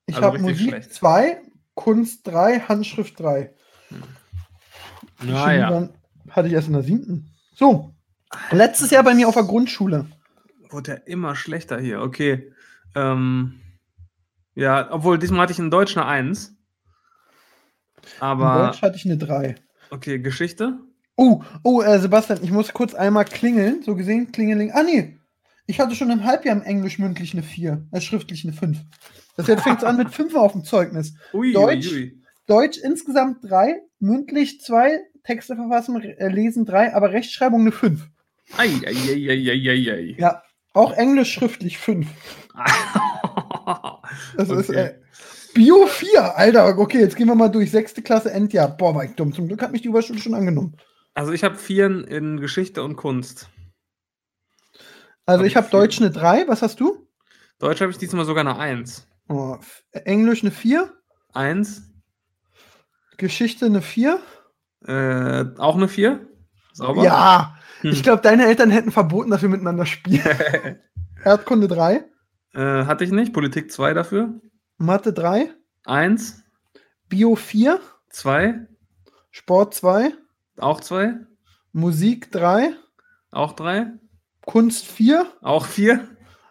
Ich Also habe richtig Musik schlecht. 2, Kunst 3, Handschrift 3. Naja. Dann hatte ich erst in der siebten. So. Letztes Jahr bei mir auf der Grundschule. Wurde ja immer schlechter hier. Okay. Ähm, ja, obwohl diesmal hatte ich in Deutsch eine Eins. in Aber, Deutsch hatte ich eine 3. okay, Geschichte? Oh, oh, äh, Sebastian, ich muss kurz einmal klingeln. So gesehen, klingeling. Ah, nee. Ich hatte schon im Halbjahr im Englisch mündlich eine 4, äh, schriftlich eine 5. Das jetzt fängt an mit 5 auf dem Zeugnis. Ui, Deutsch? Ui, ui. Deutsch insgesamt 3, mündlich 2, Texte verfassen, äh, lesen 3, aber Rechtschreibung eine 5. Ei, ei, ei, ei, ei, ei, ei. Ja, auch Englisch schriftlich 5. Das ist Okay. äh, Bio 4, Alter. Okay, jetzt gehen wir mal durch. Sechste Klasse, Endjahr. Boah, war ich dumm. Zum Glück hat mich die Überschule schon angenommen. also ich habe Vieren in Geschichte und Kunst. Also Hab ich ich habe vier. Deutsch eine 3. Was hast du? Deutsch habe ich diesmal sogar eine Eins. Oh, F- Englisch eine 4, Eins, Geschichte eine 4. äh, auch eine Vier. Sauber. Ja, Hm. ich glaube, deine Eltern hätten verboten, dass wir miteinander spielen. [laughs] Erdkunde 3, Äh, hatte ich nicht. Politik zwei dafür. Mathe 3, Eins, Bio 4, zwei, Sport 2, auch zwei, Musik 3, auch drei, Kunst 4, auch vier.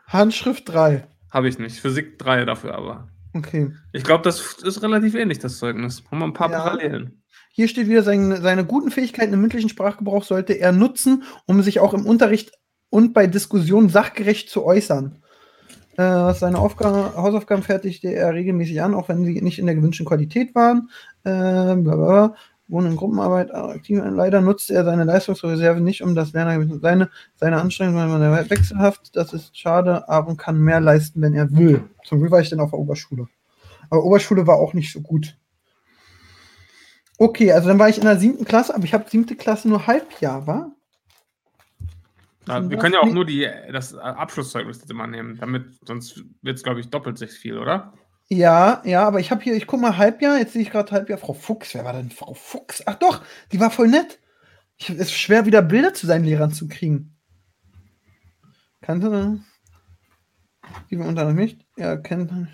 Handschrift 3. Habe ich nicht. Physik drei dafür aber. Okay. Ich glaube, das ist relativ ähnlich, das Zeugnis. Haben wir ein paar Ja. Parallelen. Hier steht wieder, seine, seine guten Fähigkeiten im mündlichen Sprachgebrauch sollte er nutzen, um sich auch im Unterricht und bei Diskussionen sachgerecht zu äußern. Äh, was seine Aufgabe, Hausaufgaben fertigte er regelmäßig an, auch wenn sie nicht in der gewünschten Qualität waren. Äh, bla bla bla. Wohnen in Gruppenarbeit äh, aktiv. Leider nutzte er seine Leistungsreserve nicht, um das Lernen seine, seine Anstrengungen waren sehr wechselhaft. Das ist schade, aber kann mehr leisten, wenn er will. Zum Glück war ich dann auf der Oberschule. Aber Oberschule war auch nicht so gut. Okay, also dann war ich in der siebten Klasse, aber ich habe siebte Klasse nur Halbjahr, war? Ja, wir können ja auch nur die, das Abschlusszeugnis jetzt immer nehmen, damit, sonst wird es, glaube ich, doppelt sich viel, oder? Ja, ja, aber ich habe hier, ich guck mal Halbjahr, jetzt sehe ich gerade Halbjahr. Frau Fuchs, wer war denn Frau Fuchs? Ach doch, die war voll nett. Ich, es ist schwer, wieder Bilder zu seinen Lehrern zu kriegen. Kannst du ne? Die wir unter anderem nicht? Ja, kennt man.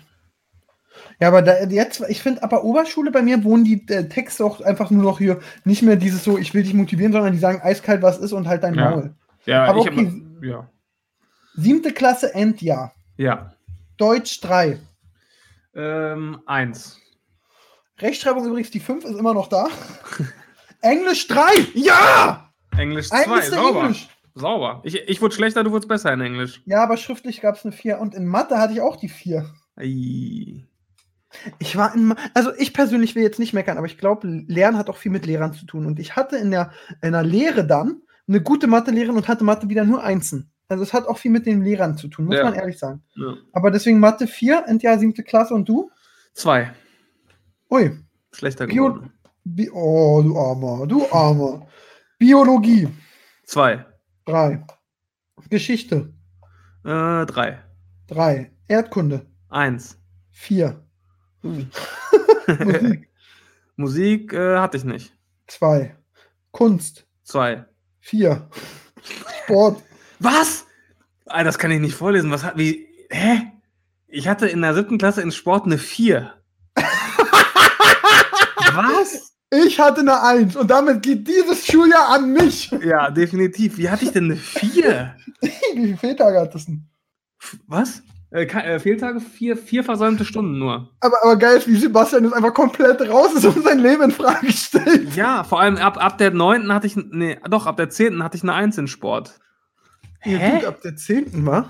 Ja, aber da, jetzt, ich finde, aber Oberschule bei mir wohnen die äh, Texte auch einfach nur noch hier nicht mehr dieses so, ich will dich motivieren, sondern die sagen eiskalt, was ist und halt dein Ja. Maul. Ja, Aber ich hab- okay. ja. Siebte Klasse, Endjahr. Ja. Deutsch 3. Ähm, eins. Rechtschreibung übrigens, die 5 ist immer noch [laughs] da. Englisch 3. Ja! Englisch Ein 2, bisschen sauber. Englisch. Sauber. Ich, ich wurde schlechter, du wurdest besser in Englisch. Ja, aber schriftlich gab es eine 4. Und in Mathe hatte ich auch die 4. Ei. Ich war in, Ma- also ich persönlich will jetzt nicht meckern, aber ich glaube, Lernen hat auch viel mit Lehrern zu tun. Und ich hatte in der, in der Lehre dann eine gute Mathelehrerin und hatte Mathe wieder nur Einsen. Also es hat auch viel mit den Lehrern zu tun, muss Ja. man ehrlich sagen. Ja. Aber deswegen Mathe 4, Endjahr 7. Klasse und du? Zwei. Ui, Schlechter Bio- geworden. Bi oh, du Armer, du Armer. Biologie. Zwei. Drei. Geschichte. Äh, drei. Drei. Erdkunde. Eins. [laughs] Vier. Musik. Musik äh, hatte ich nicht. Zwei. Kunst. Zwei. Vier. Sport. Was? Ah, das kann ich nicht vorlesen. Was hat, wie, hä? Ich hatte in der siebten Klasse in Sport eine [laughs] Vier. Was? Ich hatte eine Eins und damit geht dieses Schuljahr an mich. [laughs] Ja, definitiv. Wie hatte ich denn eine Vier? Wie viele Fehltage hat das denn? F- Was? Äh, ke- äh, Fehltage? Vier, vier versäumte Stunden nur. Aber, aber geil, ist, wie Sebastian ist einfach komplett raus ist und sein Leben in Frage stellt. Ja, vor allem ab, ab der 9. hatte ich, nee, doch, ab der 10. hatte ich eine 1 in Sport. Hä? ab der 10. war.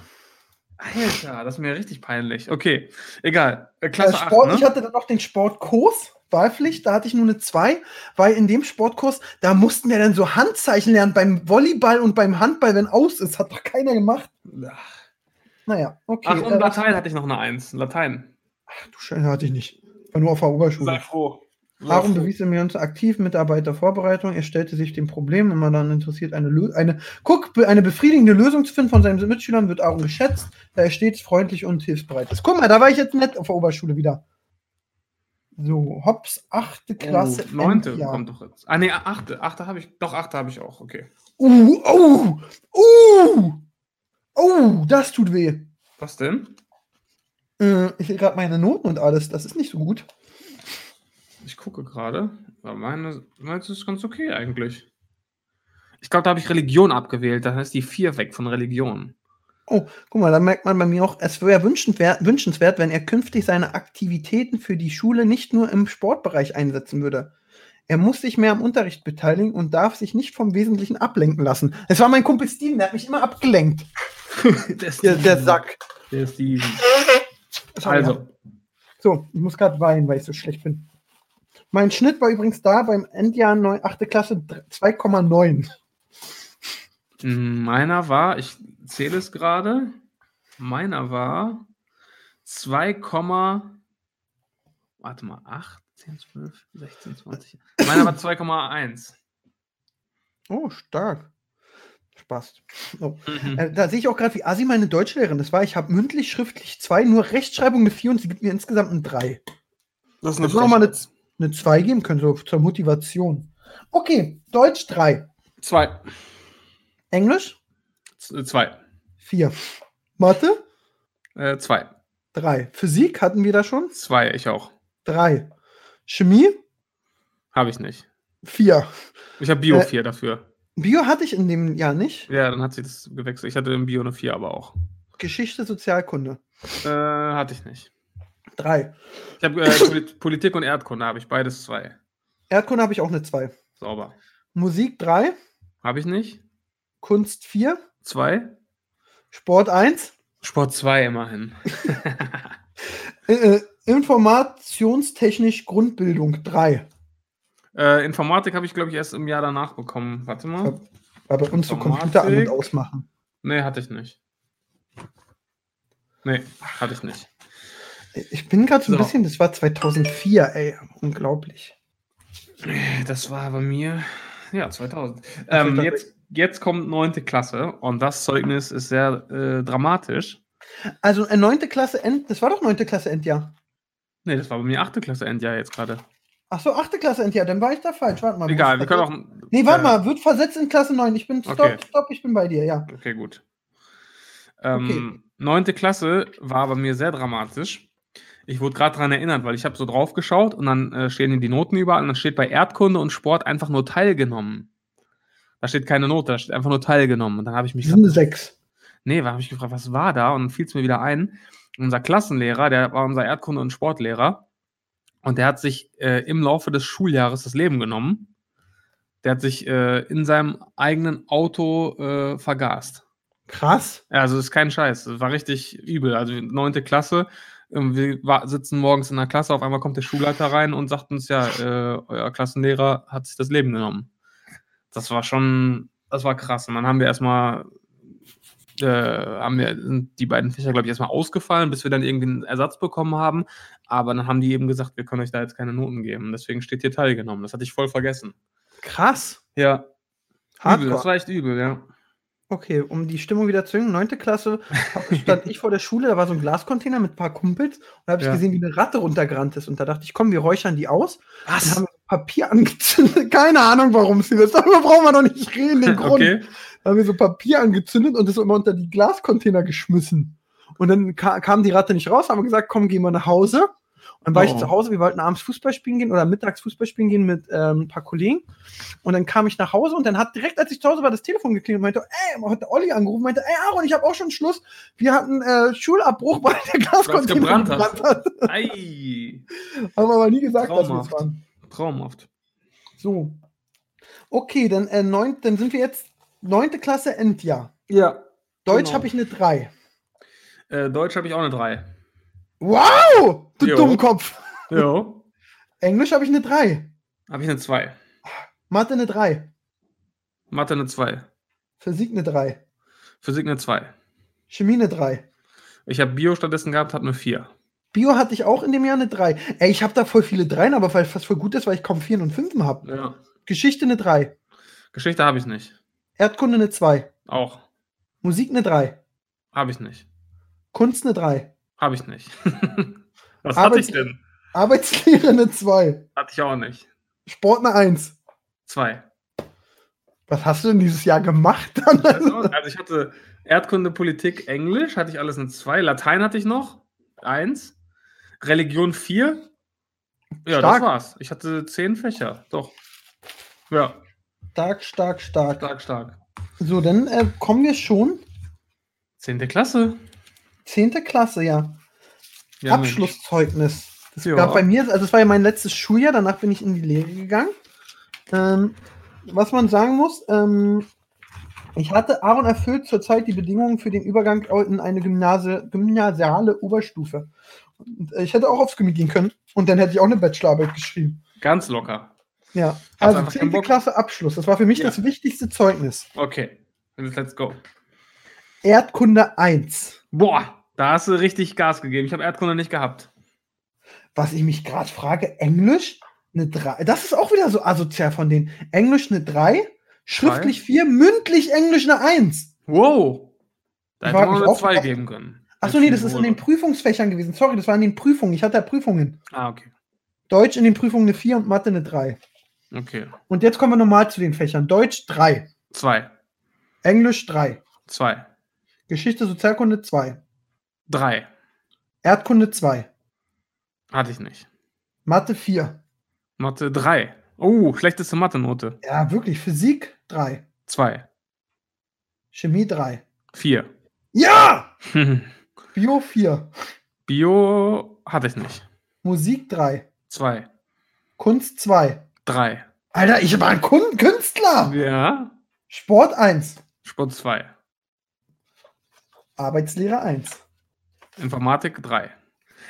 Alter, das ist mir richtig peinlich. Okay, egal. Äh, Klasse Klasse Äh, Sport, 8, Ich ne? hatte dann noch den Sportkurs. Wahlpflicht, da hatte ich nur eine 2, weil in dem Sportkurs, da mussten wir dann so Handzeichen lernen beim Volleyball und beim Handball, wenn aus ist. Hat doch keiner gemacht. Naja, okay. Ach, und äh, Latein hatte ich noch eine Eins. Latein. ach, du Schöne hatte ich nicht. War nur auf der Oberschule. froh. Sei Aaron froh. bewies im Jons aktiv Mitarbeitervorbereitung. Er stellte sich dem Problem immer dann interessiert, eine, Lö eine, guck, be- eine befriedigende Lösung zu finden von seinen Mitschülern, wird Aaron geschätzt, da er stets freundlich und hilfsbereit ist. Guck mal, da war ich jetzt nett auf der Oberschule wieder. So, Hops, achte Klasse. Oh, neunte Endjahr. kommt doch jetzt. Ah, nee, achte. Achte habe ich. Doch, achte habe ich auch. Okay. Uh, oh, uh, oh, das tut weh. Was denn? Äh, Ich sehe gerade meine Noten und alles, das ist nicht so gut. Ich gucke gerade. Aber Meine, meins ist ganz okay eigentlich. Ich glaube, da habe ich Religion abgewählt. Da heißt die vier weg von [laughs] Religion. Oh, Guck mal, da merkt man bei mir auch, es wäre wünschenswert, wünschenswert, wenn er künftig seine Aktivitäten für die Schule nicht nur im Sportbereich einsetzen würde. Er muss sich mehr am Unterricht beteiligen und darf sich nicht vom Wesentlichen ablenken lassen. Es war mein Kumpel Steven, der hat mich immer abgelenkt. Der, der Sack. Der ist diesen. Sorry. Also, So, ich muss gerade weinen, weil ich so schlecht bin. Mein Schnitt war übrigens da beim Endjahr 9, 8. Klasse dr- 2,9. m, meiner war, ich zähle es gerade, meiner war 2, warte mal, 8, 10, 12, 16, 20. Meiner war [laughs] 2,1. Oh, stark. Spaß. Oh. Mhm. Äh, Da sehe ich auch gerade, wie assi meine Deutschlehrerin das war. Ich habe mündlich, schriftlich zwei, nur Rechtschreibung eine 4 und sie gibt mir insgesamt eine 3. Das hätte man auch mal eine- Eine 2 geben können, so zur Motivation. Okay, Deutsch 3. 2. Englisch 2. 4. Mathe 2. 3. Physik hatten wir da schon. 2, Äh, ich auch. 3. Chemie Habe ich nicht. 4. Ich habe Bio Äh. 4 dafür. Bio hatte ich in dem Jahr nicht. Ja, dann hat sie das gewechselt. Ich hatte im Bio eine 4 aber auch. Geschichte, Sozialkunde. Äh, hatte ich nicht. 3. Ich [laughs] habe äh, Polit Politik und Erdkunde, habe ich beides 2. Erdkunde habe ich auch eine 2. Sauber. Musik 3. Habe ich nicht. Kunst 4. 2. Sport 1. Sport 2 immerhin. Äh, äh, informationstechnisch Grundbildung 3. Äh, Informatik habe ich, glaube ich, erst im Jahr danach bekommen. Warte mal. War bei uns so Informatik. Computer an und ausmachen. Nee, hatte ich nicht. Nee, hatte ich nicht. Ich bin gerade so ein So. bisschen, das war 2004, ey, unglaublich. Das war bei mir, ja, 2000. Ähm, Ach, jetzt, jetzt kommt neunte Klasse und das Zeugnis ist sehr äh, dramatisch. Also äh, neunte Klasse End, das war doch neunte Klasse Endjahr. Nee, das war bei mir achte Klasse Endjahr jetzt gerade. Ach so, achte Klasse Endjahr, dann war ich da falsch. Warte mal. Egal, wir wird können versetzt- auch. also, Nee, warte äh, mal, wird versetzt in Klasse 9. Ich bin stopp, Okay. stopp, ich bin bei dir, ja. Okay, gut. Ähm, Neunte Klasse war bei mir sehr dramatisch. Ich wurde gerade daran erinnert, weil ich habe so drauf geschaut und dann äh, stehen hier die Noten überall und dann steht bei Erdkunde und Sport einfach nur teilgenommen. Da steht keine Note, da steht einfach nur teilgenommen. Und dann habe ich mich Das ist eine 6. Nee, da habe ich gefragt, was war da? Und dann fiel es mir wieder ein. Unser Klassenlehrer, der war unser Erdkunde- und Sportlehrer, und der hat sich äh, im Laufe des Schuljahres das Leben genommen. Der hat sich äh, in seinem eigenen Auto äh, vergast. Krass. Ja, also ist kein Scheiß. Das war richtig übel. Also neunte Klasse. ähm, Wir wa- sitzen morgens in der Klasse, auf einmal kommt der Schulleiter rein und sagt uns, ja, äh, euer Klassenlehrer hat sich das Leben genommen. Das war schon, das war krass. Und dann haben wir erstmal, äh, haben wir sind die beiden Fächer, glaube ich, erstmal ausgefallen, bis wir dann irgendwie einen Ersatz bekommen haben. Aber dann haben die eben gesagt, wir können euch da jetzt keine Noten geben. Deswegen steht hier teilgenommen. Das hatte ich voll vergessen. Krass. Ja, übel. Das Hardcore. war echt übel, ja. Okay, um die Stimmung wieder zu jüngen, neunte Klasse hab- [laughs] stand ich vor der Schule, da war so ein Glascontainer mit ein paar Kumpels und da habe ich Ja. gesehen, wie eine Ratte runtergerannt ist. Und da dachte ich, komm, wir räuchern die aus. Dann Was? haben wir Papier angezündet. [laughs] Keine Ahnung, warum sie das. Darüber brauchen wir doch nicht reden. [laughs] Den Grund. Okay. Da haben wir so Papier angezündet und das immer unter die Glascontainer geschmissen. Und dann ka kam die Ratte nicht raus, haben wir gesagt, komm, gehen wir nach Hause. Und dann war ich Oh. zu Hause, wir wollten abends Fußball spielen gehen oder mittags Fußball spielen gehen mit ähm, ein paar Kollegen. Und dann kam ich nach Hause und dann hat direkt, als ich zu Hause war, das Telefon geklingelt und meinte, ey, hat der Olli angerufen, meinte, ey, Aaron, ich habe auch schon Schluss. Wir hatten äh, Schulabbruch, [laughs] weil der Glascontainer gebrannt hat. hat. Ei, Haben aber nie gesagt, dass Traumhaft. wir es waren. traumhaft. So. Okay, dann, äh, neun, dann sind wir jetzt neunte Klasse Endjahr. Ja. Deutsch Genau. habe ich eine 3. Äh, Deutsch habe ich auch eine 3. Wow! Du Jo. Dummkopf! Jo. Englisch habe ich eine 3. [laughs] Habe ich eine 2. Mathe eine 3. Mathe eine 2. Physik eine 3. Physik eine 2. Chemie eine 3. Ich habe Bio stattdessen gehabt, habe eine 4. Bio hatte ich auch in dem Jahr eine 3. Ey, ich habe da voll viele 3, aber weil fast voll gut ist, weil ich kaum 4 und 5 habe. Ja. Geschichte eine 3. Geschichte habe ich nicht. Erdkunde eine 2. Auch. Musik eine 3. Habe ich nicht. Kunst eine 3. Habe ich nicht. [laughs] Was Aber hatte ich die- denn? Arbeitslehre eine 2. Hatte ich auch nicht. Sport eine 1. [laughs] Zwei. Was hast du denn dieses Jahr gemacht [laughs] dann? Also, also ich hatte Erdkunde, Politik, Englisch, hatte ich alles eine zwei. Latein hatte ich noch. Eins. Religion vier. Ja, das Stark. war's. Ich hatte zehn Fächer. Doch. Ja, stark, stark, stark. stark, stark. So, dann äh, kommen wir schon. Zehnte Klasse. 10. Klasse, ja. Ja, Mensch. Abschlusszeugnis. Das Ja. gab bei mir, also es war ja mein letztes Schuljahr, danach bin ich in die Lehre gegangen. Ähm, was man sagen muss, ähm, ich hatte, Aaron erfüllt zurzeit die Bedingungen für den Übergang in eine Gymnase, gymnasiale Oberstufe. Und, äh, ich hätte auch aufs Gimmi gehen können und dann hätte ich auch eine Bachelorarbeit geschrieben. Ganz locker. Ja, Hast also einfach keinen 10. Bock? Klasse Abschluss. Das war für mich Ja. das wichtigste Zeugnis. Okay. Let's go. Erdkunde 1. Boah, da hast du richtig Gas gegeben. Ich habe Erdkunde nicht gehabt. Was ich mich gerade frage, Englisch eine 3. Das ist auch wieder so asozial von denen. Englisch eine 3, schriftlich 4, mündlich Englisch eine 1. Wow. Da Ich hätte hab man mich eine auch 2 gefragt. geben können. Achso, Mit nee, das viel ist in den Ruhe. Prüfungsfächern gewesen. Sorry, das war in den Prüfungen. Ich hatte ja Prüfungen. Ah, okay. Deutsch in den Prüfungen eine 4 und Mathe eine 3. Okay. Und jetzt kommen wir normal zu den Fächern. Deutsch 3, Zwei. Englisch 3, Zwei. Geschichte Sozialkunde 2, Drei. Erdkunde 2, Hatte ich nicht. Mathe 4. Mathe drei. Oh, schlechteste Mathe-Note. Ja, wirklich. Physik 3, Zwei. Chemie 3. Vier. [laughs] Ja! Bio 4, Bio hatte ich nicht. Musik 3, Zwei. Kunst 2. Drei. Alter, ich war ein Kun- Künstler. Ja. Sport 1, Sport zwei. Arbeitslehre 1. Informatik drei.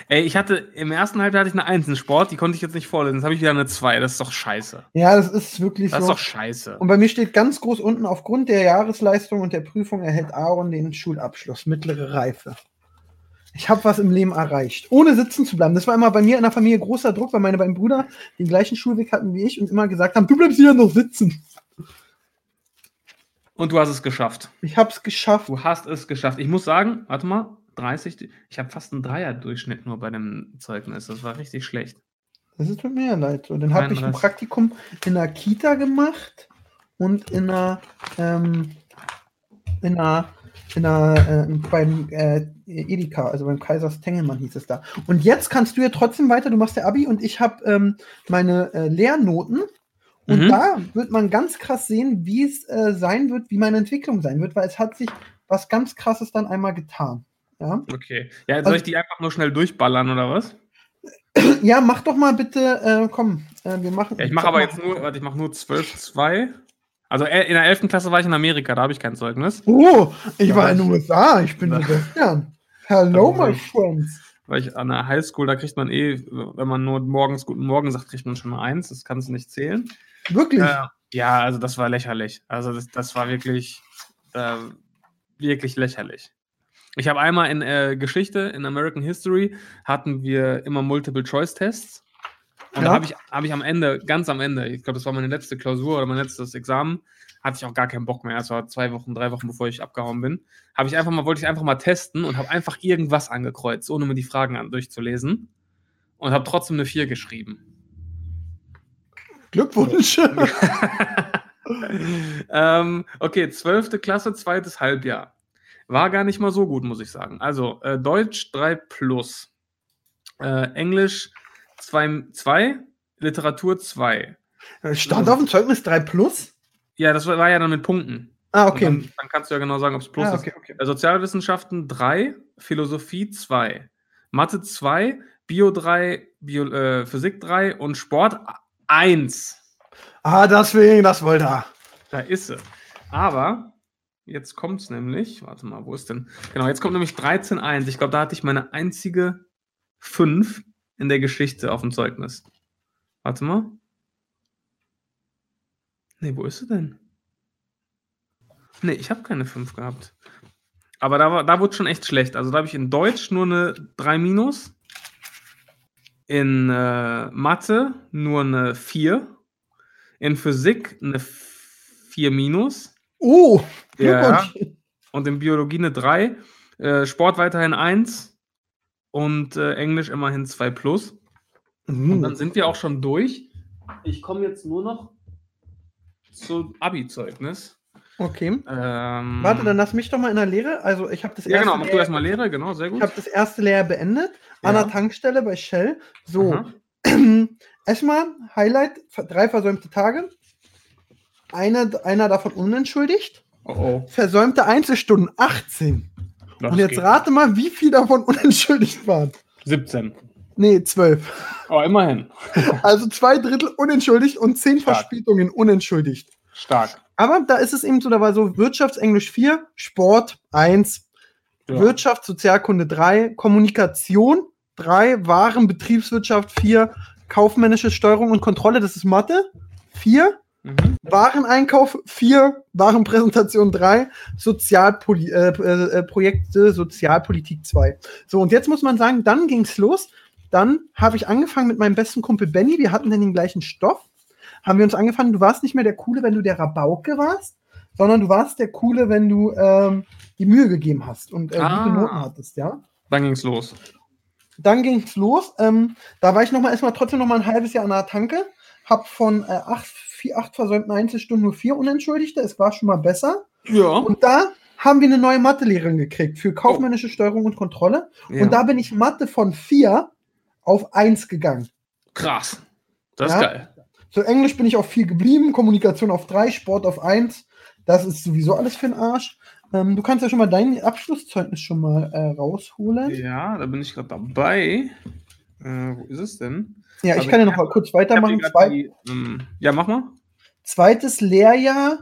Ey, ich hatte im ersten Halbjahr hatte ich eine Eins in Sport, die konnte ich jetzt nicht vorlesen. Jetzt habe ich wieder eine Zwei. Das ist doch scheiße. Ja, das ist wirklich Das ist so. doch scheiße. Und bei mir steht ganz groß unten, aufgrund der Jahresleistung und der Prüfung erhält Aaron den Schulabschluss, mittlere Reife. Ich habe was im Leben erreicht, ohne sitzen zu bleiben. Das war immer bei mir in der Familie großer Druck, weil meine beiden Brüder den gleichen Schulweg hatten wie ich und immer gesagt haben, du bleibst hier noch sitzen. Und du hast es geschafft. Ich habe es geschafft. Du hast es geschafft. Ich muss sagen, warte mal, 30. Ich habe fast einen Dreier-Durchschnitt nur bei dem Zeugnis. Das war richtig schlecht. Das ist mit mir leid. Und dann habe ich ein 31. Praktikum in einer Kita gemacht und in einer, ähm, in einer, in einer äh, beim äh, Edeka, also beim Kaisers Tengelmann hieß es da. Und jetzt kannst du ja trotzdem weiter, du machst ja Abi und ich habe ähm, meine äh, Lehrnoten. Und Mhm. da wird man ganz krass sehen, wie es äh, sein wird, wie meine Entwicklung sein wird, weil es hat sich was ganz krasses dann einmal getan. Ja? Okay. Ja, soll Also- ich die einfach nur schnell durchballern oder was? ja, mach doch mal bitte, äh, komm, äh, wir machen. Ja, ich mache aber jetzt nur, warte, ich mache nur 12, 2. Also äh, in der 11. Klasse war ich in Amerika, da habe ich kein Zeugnis, Oh, ich Ja, war in das- den USA, ich bin Na. Sebastian. Hello, Also, my ich- friends. weil ich an der Highschool, da kriegt man eh, wenn man nur morgens guten Morgen sagt, kriegt man schon eine Eins, das kannst du nicht zählen. Wirklich. Äh, ja, also das war lächerlich. Also das, das war wirklich, äh, wirklich lächerlich. Ich habe einmal in äh, Geschichte, in American History, hatten wir immer Multiple-Choice-Tests. Und da Ja. habe ich, hab ich am Ende, ganz am Ende, ich glaube, das war meine letzte Klausur oder mein letztes Examen, hatte ich auch gar keinen Bock mehr. Es war zwei Wochen, drei Wochen, bevor ich abgehauen bin. Habe ich einfach mal, wollte ich einfach mal testen und habe einfach irgendwas angekreuzt, ohne mir die Fragen an, durchzulesen. Und habe trotzdem eine 4 geschrieben. Glückwunsch. ähm, okay, 12. Klasse, zweites Halbjahr. War gar nicht mal so gut, muss ich sagen. Also, äh, Deutsch 3 plus, äh, Englisch 2, 2, Literatur 2. Stand auf dem Zeugnis 3 plus? Ja, das war, war ja dann mit Punkten. Ah, Und okay. Dann, dann kannst du ja genau sagen, ob es plus Ah, ist. okay, okay. Äh, Sozialwissenschaften 3, Philosophie 2, Mathe 2, Bio 3, Bio, äh, Physik 3 und Sport 1. ah deswegen, das wollte er. Da ist sie. Aber jetzt kommt es nämlich. Warte mal, wo ist denn? Genau, jetzt kommt nämlich 13.1. Ich glaube, da hatte ich meine einzige 5 in der Geschichte auf dem Zeugnis. Warte mal. Nee, wo ist sie denn? Nee, ich habe keine 5 gehabt. Aber da, war, da wurde schon echt schlecht. Also da habe ich in Deutsch nur eine 3 minus. In äh, Mathe nur eine 4. In Physik eine 4 minus. Oh, Ja. Glückwunsch. Und in Biologie eine 3. Äh, Sport weiterhin 1. Und äh, Englisch immerhin 2 plus. Und dann Mhm. sind wir auch schon durch. Ich komme jetzt nur noch zu Abi-Zeugnis. Okay. Ähm, Warte, dann lass mich doch mal in der Lehre. Also ich habe das Ja, genau, mach du erste erstmal Lehre, genau, sehr ich gut. habe das erste Lehr beendet an Ja. der Tankstelle bei Shell. So, Aha. [clears throat] erstmal Highlight, ver- drei versäumte Tage. Einer, einer davon unentschuldigt. Oh, oh. Versäumte Einzelstunden 18. Das Und jetzt geht. rate mal, wie viel davon [laughs] unentschuldigt waren. 17. Nee, [laughs] 12. Aber Oh, immerhin. Also zwei Drittel unentschuldigt und zehn Stark. Verspätungen unentschuldigt. Stark. Aber da ist es eben so, da war so Wirtschaftsenglisch 4, Sport 1, Ja. Wirtschaft, Sozialkunde 3, Kommunikation 3, Waren, Betriebswirtschaft 4, kaufmännische Steuerung und Kontrolle, das ist Mathe 4, Mhm. Wareneinkauf 4, Warenpräsentation 3, Sozialpoli äh, äh, äh, Projekte Sozialpolitik 2. So, und jetzt muss man sagen, dann ging's los. Dann habe ich angefangen mit meinem besten Kumpel Benny, wir hatten dann den gleichen Stoff. Haben wir uns angefangen, du warst nicht mehr der Coole, wenn du der Rabauke warst, sondern du warst der Coole, wenn du ähm, die Mühe gegeben hast und äh, Ah. gute Noten hattest, ja. Dann ging's los. Dann ging es los. Ähm, da war ich noch mal erstmal trotzdem noch mal ein halbes Jahr an der Tanke. Hab von äh, acht, vier, acht versäumten Einzelstunden nur vier Unentschuldigte. Es war schon mal besser. Ja. Und da haben wir eine neue Mathelehrerin gekriegt für kaufmännische Steuerung und Kontrolle. ja. Und da bin ich Mathe von vier auf eins gegangen. Krass. Das ist Ja. geil. So Englisch bin ich auf vier geblieben, Kommunikation auf drei, Sport auf eins. Das ist sowieso alles für den Arsch. Ähm, du kannst ja schon mal dein Abschlusszeugnis schon mal äh, rausholen. Ja, da bin ich gerade dabei. Äh, wo ist es denn? Ja, Also ich kann ja ich noch mal kurz Ich hab hier weitermachen. grad Zwei, die, ähm, ja, mach mal. Zweites Lehrjahr,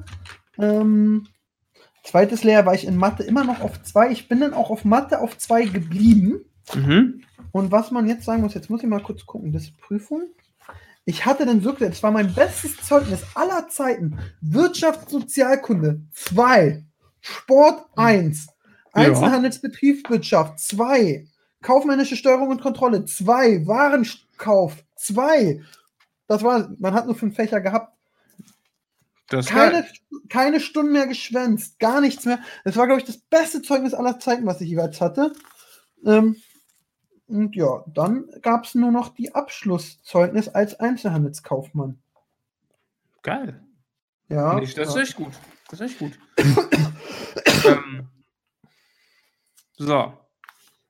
ähm, zweites Lehrjahr war ich in Mathe immer noch auf zwei. Ich bin dann auch auf Mathe auf zwei geblieben. Mhm. Und was man jetzt sagen muss, jetzt muss ich mal kurz gucken, das ist Prüfung. Ich hatte dann wirklich, das war mein bestes Zeugnis aller Zeiten. Wirtschaftssozialkunde 2, Sport 1, Ja. Einzelhandelsbetriebswirtschaft 2, kaufmännische Steuerung und Kontrolle 2, Warenkauf 2. Das war, man hat nur fünf Fächer gehabt Das ist keine, geil. keine Stunden mehr geschwänzt, gar nichts mehr. Das war, glaube ich, das beste Zeugnis aller Zeiten, was ich jeweils hatte. Ähm, und ja, dann gab es nur noch die Abschlusszeugnis als Einzelhandelskaufmann. Geil. Ja, Nicht, das ja. ist echt gut. Das ist [coughs] echt gut. ähm, so.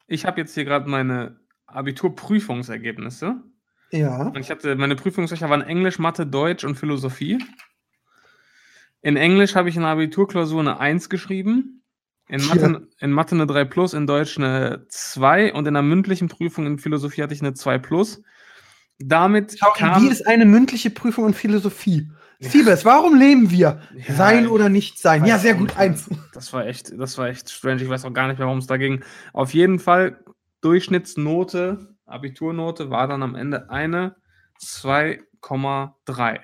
Ich habe jetzt hier gerade meine Abiturprüfungsergebnisse. ja. Und ich hatte, meine Prüfungsfächer waren Englisch, Mathe, Deutsch und Philosophie. In Englisch habe ich in der Abiturklausur eine 1 geschrieben. In Mathe, in Mathe eine 3 plus, in Deutsch eine 2 und in der mündlichen Prüfung in Philosophie hatte ich eine 2 plus. Damit Schau, kam. wie ist eine mündliche Prüfung in Philosophie? Siebes, warum leben wir? Ja, sein ich oder nicht sein? Ja, weiß sehr auch gut, nicht, eins. Das war echt, das war echt strange. Ich weiß auch gar nicht mehr, warum es da ging. Auf jeden Fall, Durchschnittsnote, Abiturnote war dann am Ende eine 2,3.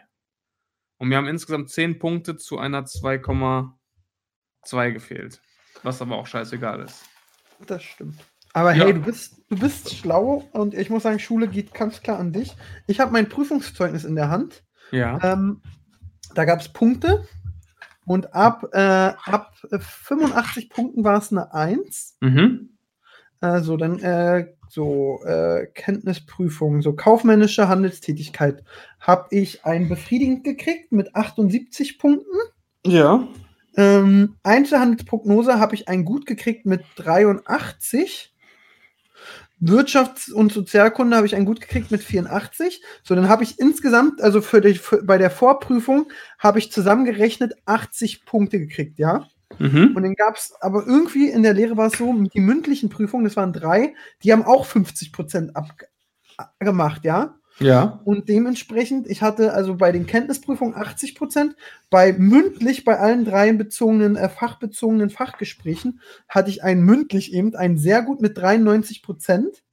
Und wir haben insgesamt 10 Punkte zu einer 2,2 gefehlt. Was aber auch scheißegal ist. Das stimmt. Aber Ja. hey, du bist, du bist schlau und ich muss sagen, Schule geht ganz klar an dich. Ich habe mein Prüfungszeugnis in der Hand. Ja. Ähm, da gab es Punkte und ab, äh, ab äh, 85 Punkten war es eine 1. Mhm. Also dann äh, so äh, Kenntnisprüfung, so kaufmännische Handelstätigkeit habe ich ein befriedigend gekriegt mit 78 Punkten. Ja. Ähm, Einzelhandelsprognose habe ich ein gut gekriegt mit 83. Wirtschafts- und Sozialkunde habe ich ein gut gekriegt mit 84. So, dann habe ich insgesamt, also für die, für, bei der Vorprüfung, habe ich zusammengerechnet 80 Punkte gekriegt, ja. Mhm. Und dann gab es, aber irgendwie in der Lehre war es so, mit die mündlichen Prüfungen, das waren drei, die haben auch 50 Prozent abgemacht, ja. Ja. Und dementsprechend, ich hatte also bei den Kenntnisprüfungen 80 Prozent, bei mündlich, bei allen dreien bezogenen, äh, fachbezogenen Fachgesprächen hatte ich einen mündlich eben, einen sehr gut mit 93 Prozent.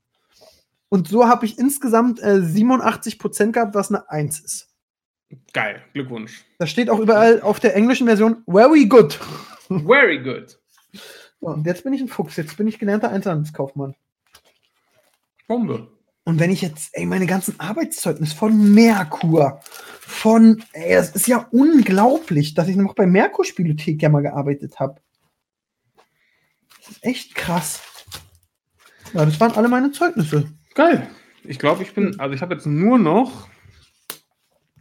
Und so habe ich insgesamt äh, 87 Prozent gehabt, was eine 1 ist. Geil, Glückwunsch. Da steht auch überall auf der englischen Version very good. Very good. So, und jetzt bin ich ein Fuchs, jetzt bin ich gelernter Einzelhandelskaufmann. Bombe. Und wenn ich jetzt, ey, meine ganzen Arbeitszeugnisse von Merkur, von, ey, das ist ja unglaublich, dass ich noch bei Merkur Spielothek ja mal gearbeitet habe. Das ist echt krass. Ja, das waren alle meine Zeugnisse. Geil. Ich glaube, ich bin, also ich habe jetzt nur noch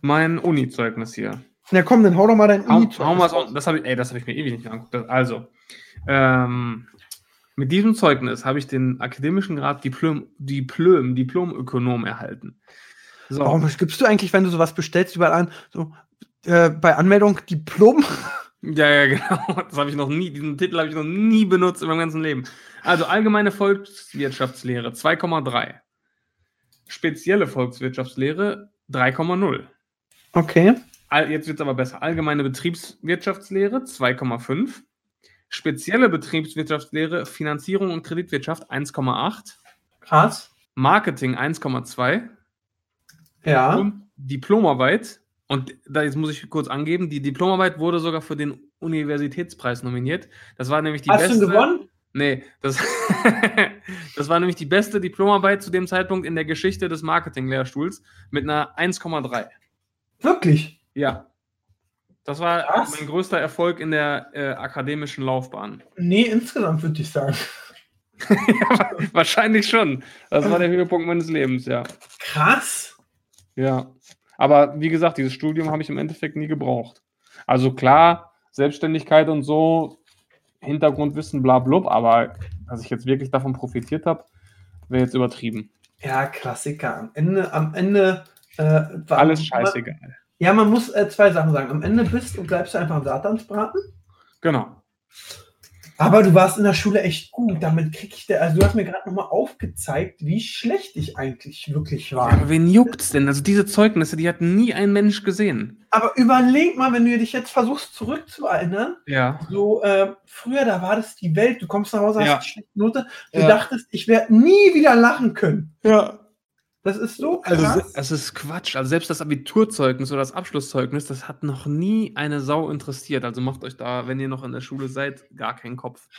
mein Uni-Zeugnis hier. Na komm, dann hau doch mal dein Hau, Uni hau mal's auf. das habe ich, ey, das habe ich mir ewig nicht mehr angeguckt. Also, ähm, mit diesem Zeugnis habe ich den akademischen Grad Diplom, Diplom, Diplomökonom erhalten. So, Warum gibst du eigentlich, wenn du sowas bestellst, überall an, so, äh, bei Anmeldung Diplom? Ja, ja, [laughs] genau. Das habe ich noch nie, diesen Titel habe ich noch nie benutzt in meinem ganzen Leben. Also allgemeine Volkswirtschaftslehre 2,3. Spezielle Volkswirtschaftslehre 3,0. Okay. All- Jetzt wird es aber besser. Allgemeine Betriebswirtschaftslehre 2,5. Spezielle Betriebswirtschaftslehre, Finanzierung und Kreditwirtschaft 1,8. Krass. Marketing 1,2. Ja. Und Diplomarbeit. Und da jetzt muss ich kurz angeben, die Diplomarbeit wurde sogar für den Universitätspreis nominiert. Das war nämlich die Hast beste. du ihn gewonnen? Nee, das, [laughs] das war nämlich die beste Diplomarbeit zu dem Zeitpunkt in der Geschichte des Marketing-Lehrstuhls mit einer 1,3. Wirklich? Ja. Das war Was? mein größter Erfolg in der äh, akademischen Laufbahn. [laughs] Nee, insgesamt würde ich sagen. Wahrscheinlich schon. Das war der Höhepunkt meines Lebens, ja. Krass. Ja. Aber wie gesagt, dieses Studium habe ich im Endeffekt nie gebraucht. Also klar, Selbstständigkeit und so, Hintergrundwissen, bla blub, aber dass ich jetzt wirklich davon profitiert habe, wäre jetzt übertrieben. Ja, Klassiker. Am Ende, am Ende äh, war Alles scheißegal. Ja, man muss äh, zwei Sachen sagen. Am Ende bist und bleibst du einfach ein Satansbraten. Genau. Aber du warst in der Schule echt gut. Damit krieg ich der. Also du hast mir gerade nochmal aufgezeigt, wie schlecht ich eigentlich wirklich Ja, war. aber wen juckt's denn? Also diese Zeugnisse, die hat nie ein Mensch gesehen. Aber überleg mal, wenn du dich jetzt versuchst zurückzuerinnern, Ja. so äh, früher, da war das die Welt. Du kommst nach Hause, hast Ja. eine schlechte Note. Du Ja. dachtest, ich werde nie wieder lachen können. Ja. Das ist so Also krass. es ist Quatsch. Also selbst das Abiturzeugnis oder das Abschlusszeugnis, das hat noch nie eine Sau interessiert. Also macht euch da, wenn ihr noch in der Schule seid, gar keinen Kopf.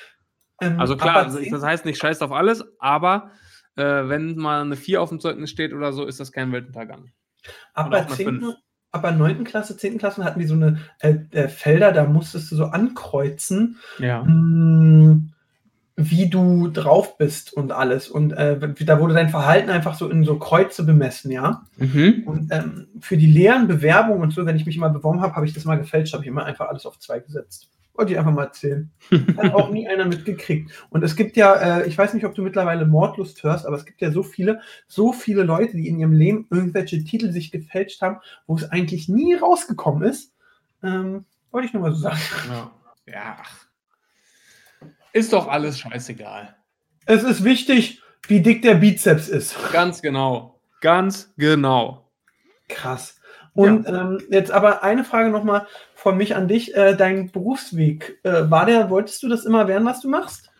Ähm, Also klar, aber also ich, zehn- das heißt nicht scheißt auf alles, aber äh, wenn mal eine 4 auf dem Zeugnis steht oder so, ist das kein Weltuntergang. Ab Oder der auch mal 10. fünf. Ab der 9. Klasse, 10. Klasse hatten wir so eine äh, äh, Felder, da musstest du so ankreuzen, Ja. mh, wie du drauf bist und alles. Und äh, da wurde dein Verhalten einfach so in so Kreuze bemessen, ja. Mhm. Und ähm, für die leeren Bewerbungen und so, wenn ich mich mal beworben habe, habe ich das mal gefälscht, habe ich immer einfach alles auf zwei gesetzt. Wollte ich einfach mal erzählen. Hat auch nie einer mitgekriegt. Und es gibt ja, äh, ich weiß nicht, ob du mittlerweile Mordlust hörst, aber es gibt ja so viele, so viele Leute, die in ihrem Leben irgendwelche Titel sich gefälscht haben, wo es eigentlich nie rausgekommen ist. Ähm, wollte ich nur mal so sagen. Ja. ja. ach. Ist doch alles scheißegal. Es ist wichtig, wie dick der Bizeps ist. Ganz genau. Ganz genau. Krass. Und ähm, jetzt aber eine Frage nochmal von mich an dich. Äh, dein Berufsweg, äh, war der, wolltest du das immer werden, was du machst?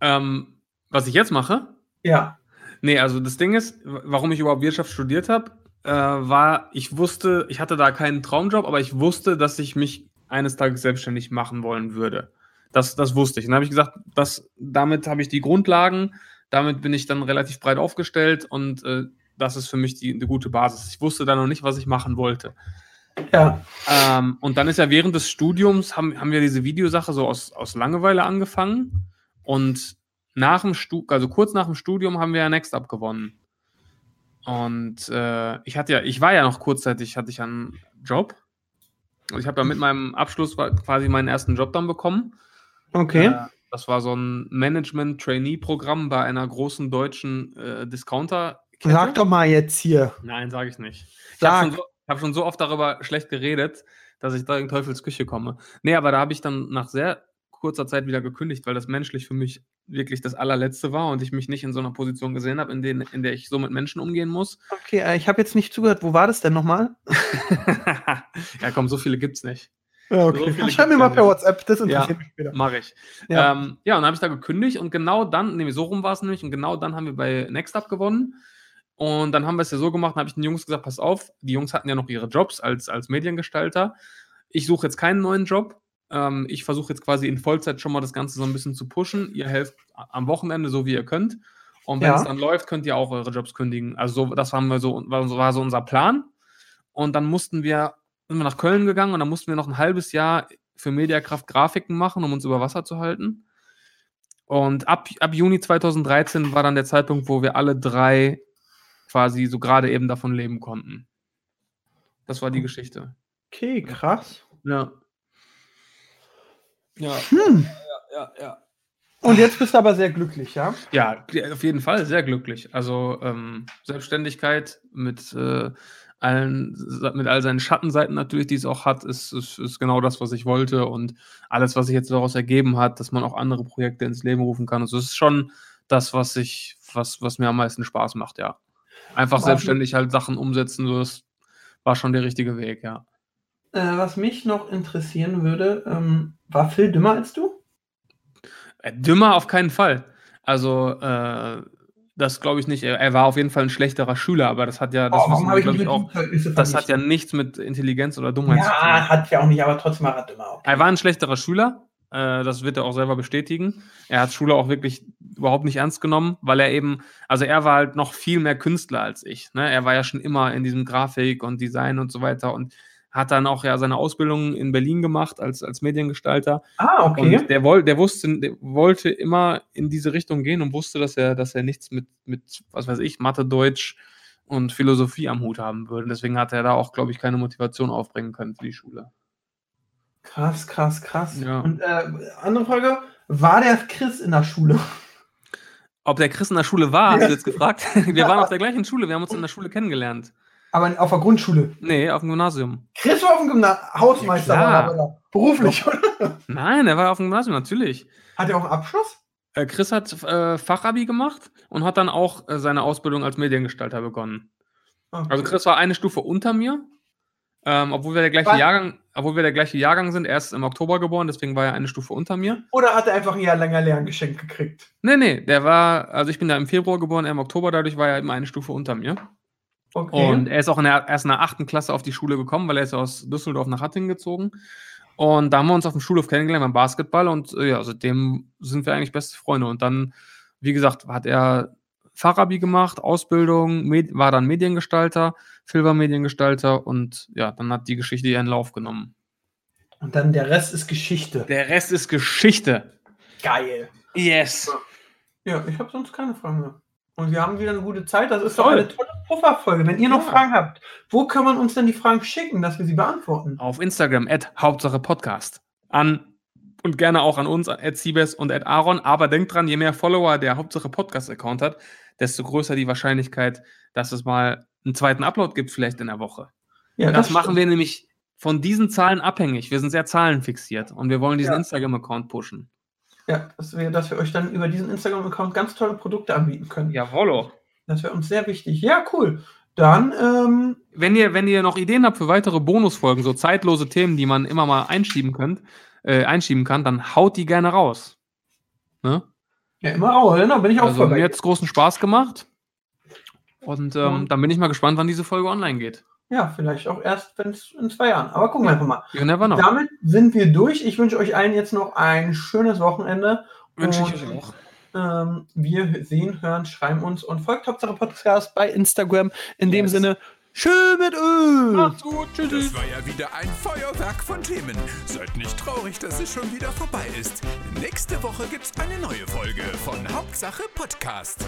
Ähm, was ich jetzt mache, Ja. Nee, also das Ding ist, w- warum ich überhaupt Wirtschaft studiert habe, äh, war, ich wusste, ich hatte da keinen Traumjob, aber ich wusste, dass ich mich eines Tages selbstständig machen wollen würde. Das, das wusste ich. Und dann habe ich gesagt, das, damit habe ich die Grundlagen, damit bin ich dann relativ breit aufgestellt und äh, das ist für mich die, eine gute Basis. Ich wusste da noch nicht, was ich machen wollte. Ja. Ähm, und dann ist ja während des Studiums haben, haben wir diese Videosache so aus, aus Langeweile angefangen. Und nach dem Stu also kurz nach dem Studium haben wir ja Next Up gewonnen. Und äh, ich hatte ja, ich war ja noch kurzzeitig, hatte ich ja einen Job. Also ich habe ja mit meinem Abschluss wa- quasi meinen ersten Job dann bekommen. Okay. Äh, das war so ein Management-Trainee-Programm bei einer großen deutschen äh, discounter -Kette. Sag doch mal jetzt hier. Nein, sage ich nicht. Ich Sag. habe schon, so, ich hab schon so oft darüber schlecht geredet, dass ich da in Teufels Küche komme. Nee, aber da habe ich dann nach sehr kurzer Zeit wieder gekündigt, weil das menschlich für mich wirklich das allerletzte war und ich mich nicht in so einer Position gesehen habe, in, denen- in der ich so mit Menschen umgehen muss. [laughs] Okay, äh, ich habe jetzt nicht zugehört. Wo war das denn nochmal? ja, komm, so viele gibt's nicht. Ja, So viele Schreib mir gibt's mal ja per nicht. WhatsApp, das interessiert mich wieder. Mache ich. Ja. Ähm, Ja, ähm, ja und dann habe ich da gekündigt und genau dann, nee, so rum war es nämlich, und genau dann haben wir bei Next Up gewonnen. Und dann haben wir es ja so gemacht, habe ich den Jungs gesagt, pass auf, die Jungs hatten ja noch ihre Jobs als, als Mediengestalter. Ich suche jetzt keinen neuen Job. Ähm, ich versuche jetzt quasi in Vollzeit schon mal das Ganze so ein bisschen zu pushen. Ihr helft am Wochenende so, wie ihr könnt. Und wenn Ja. es dann läuft, könnt ihr auch eure Jobs kündigen. Also so, das haben wir so, war, so- war so unser Plan. Und dann mussten wir, sind wir nach Köln gegangen und dann mussten wir noch ein halbes Jahr für Mediakraft Grafiken machen, um uns über Wasser zu halten. Und ab, ab Juni 2013 war dann der Zeitpunkt, wo wir alle drei quasi so gerade eben davon leben konnten. Das war die Geschichte. Okay, krass. Ja. Ja, Hm. ja, ja. Und jetzt bist du aber sehr glücklich, ja? Ja, auf jeden Fall sehr glücklich. Also ähm, Selbstständigkeit mit, äh, allen, mit all seinen Schattenseiten natürlich, die es auch hat, ist, ist, ist genau das, was ich wollte. Und alles, was sich jetzt daraus ergeben hat, dass man auch andere Projekte ins Leben rufen kann. Also es ist schon das, was ich, was, was mir am meisten Spaß macht, ja. Einfach Martin. selbstständig halt Sachen umsetzen, so das war schon der richtige Weg, ja. Äh, was mich noch interessieren würde, ähm, war Phil dümmer als du? Äh, Dümmer auf keinen Fall. Also, äh, das glaube ich nicht. Er, er war auf jeden Fall ein schlechterer Schüler, aber das hat ja, Oh, das wissen wir, glaube ich, auch. Das hat ja nichts mit Intelligenz oder Dummheit Ja, zu tun. hat ja auch nicht, aber trotzdem war er dümmer. Okay. Er war ein schlechterer Schüler, äh, das wird er auch selber bestätigen. Er hat Schule auch wirklich überhaupt nicht ernst genommen, weil er eben, also er war halt noch viel mehr Künstler als ich. Ne? Er war ja schon immer in diesem Grafik und Design und so weiter und hat dann auch ja seine Ausbildung in Berlin gemacht als, als Mediengestalter. Ah, okay. Und der, woll, der wusste, der wollte immer in diese Richtung gehen und wusste, dass er, dass er nichts mit, mit, was weiß ich, Mathe, Deutsch und Philosophie am Hut haben würde. Deswegen hat er da auch, glaube ich, keine Motivation aufbringen können für die Schule. Krass, krass, krass. Ja. Und äh, andere Frage, war der Chris in der Schule? Ob der Chris in der Schule war, hast du [laughs] jetzt gefragt? Wir waren auf der gleichen Schule, wir haben uns in der Schule kennengelernt. Aber auf der Grundschule. Nee, auf dem Gymnasium. Chris war auf dem Gymnasium, Hausmeister, Ja, war klar. er aber noch. beruflich, oder? Nein, er war auf dem Gymnasium, natürlich. Hat er auch einen Abschluss? Äh, Chris hat äh, Fachabi gemacht und hat dann auch äh, seine Ausbildung als Mediengestalter begonnen. Okay. Also Chris war eine Stufe unter mir, ähm, obwohl wir der gleiche Was? Jahrgang, obwohl wir der gleiche Jahrgang sind. Er ist im Oktober geboren, deswegen war er eine Stufe unter mir. Oder hat er einfach ein Jahr länger Lerngeschenk gekriegt? Nee, nee, der war, also ich bin da im Februar geboren, er im Oktober, dadurch war er eben eine Stufe unter mir. Okay. Und er ist auch in der, erst in der achten Klasse auf die Schule gekommen, weil er ist aus Düsseldorf nach Hattingen gezogen. Und da haben wir uns auf dem Schulhof kennengelernt beim Basketball und äh, ja, seitdem sind wir eigentlich beste Freunde. Und dann, wie gesagt, hat er Fachabi gemacht, Ausbildung, Med war dann Mediengestalter, Phil war Mediengestalter und ja, dann hat die Geschichte ihren Lauf genommen. Und dann der Rest ist Geschichte. Der Rest ist Geschichte. Geil. Yes. Ja, ich habe sonst keine Fragen mehr. Und wir haben wieder eine gute Zeit. Das ist doch Toll. eine tolle Pufferfolge. Wenn ihr noch Ja. Fragen habt, wo kann man uns denn die Fragen schicken, dass wir sie beantworten? Auf Instagram, at Hauptsache Podcast. An und gerne auch an uns, at Siebes und at Aaron. Aber denkt dran, je mehr Follower der Hauptsache Podcast-Account hat, desto größer die Wahrscheinlichkeit, dass es mal einen zweiten Upload gibt, vielleicht in der Woche. Ja, das machen wir nämlich von diesen Zahlen abhängig. Wir sind sehr zahlenfixiert und wir wollen diesen Ja. Instagram-Account pushen. Ja, dass wir, dass wir euch dann über diesen Instagram-Account ganz tolle Produkte anbieten können. Jawollo. Das wäre uns sehr wichtig. Ja, cool. Dann, ähm, Wenn ihr, wenn ihr noch Ideen habt für weitere Bonusfolgen, so zeitlose Themen, die man immer mal einschieben könnt, äh, einschieben kann, dann haut die gerne raus. Ne? ja, immer auch, genau, bin ich auch Also voll mir bei. hat es großen Spaß gemacht. Und ähm, Und- dann bin ich mal gespannt, wann diese Folge online geht. Ja, vielleicht auch erst wenn's in zwei Jahren. Aber gucken wir einfach mal. You never know. Damit sind wir durch. Ich wünsche euch allen jetzt noch ein schönes Wochenende. Wünsche ich und- euch auch. Ähm, wir sehen, hören, schreiben uns und folgt Hauptsache Podcast bei Instagram. In dem Yes. Sinne, schön mit Öl. Macht's gut. Tschüssi. Das war ja wieder ein Feuerwerk von Themen. Seid nicht traurig, dass es schon wieder vorbei ist. Nächste Woche gibt's eine neue Folge von Hauptsache Podcast.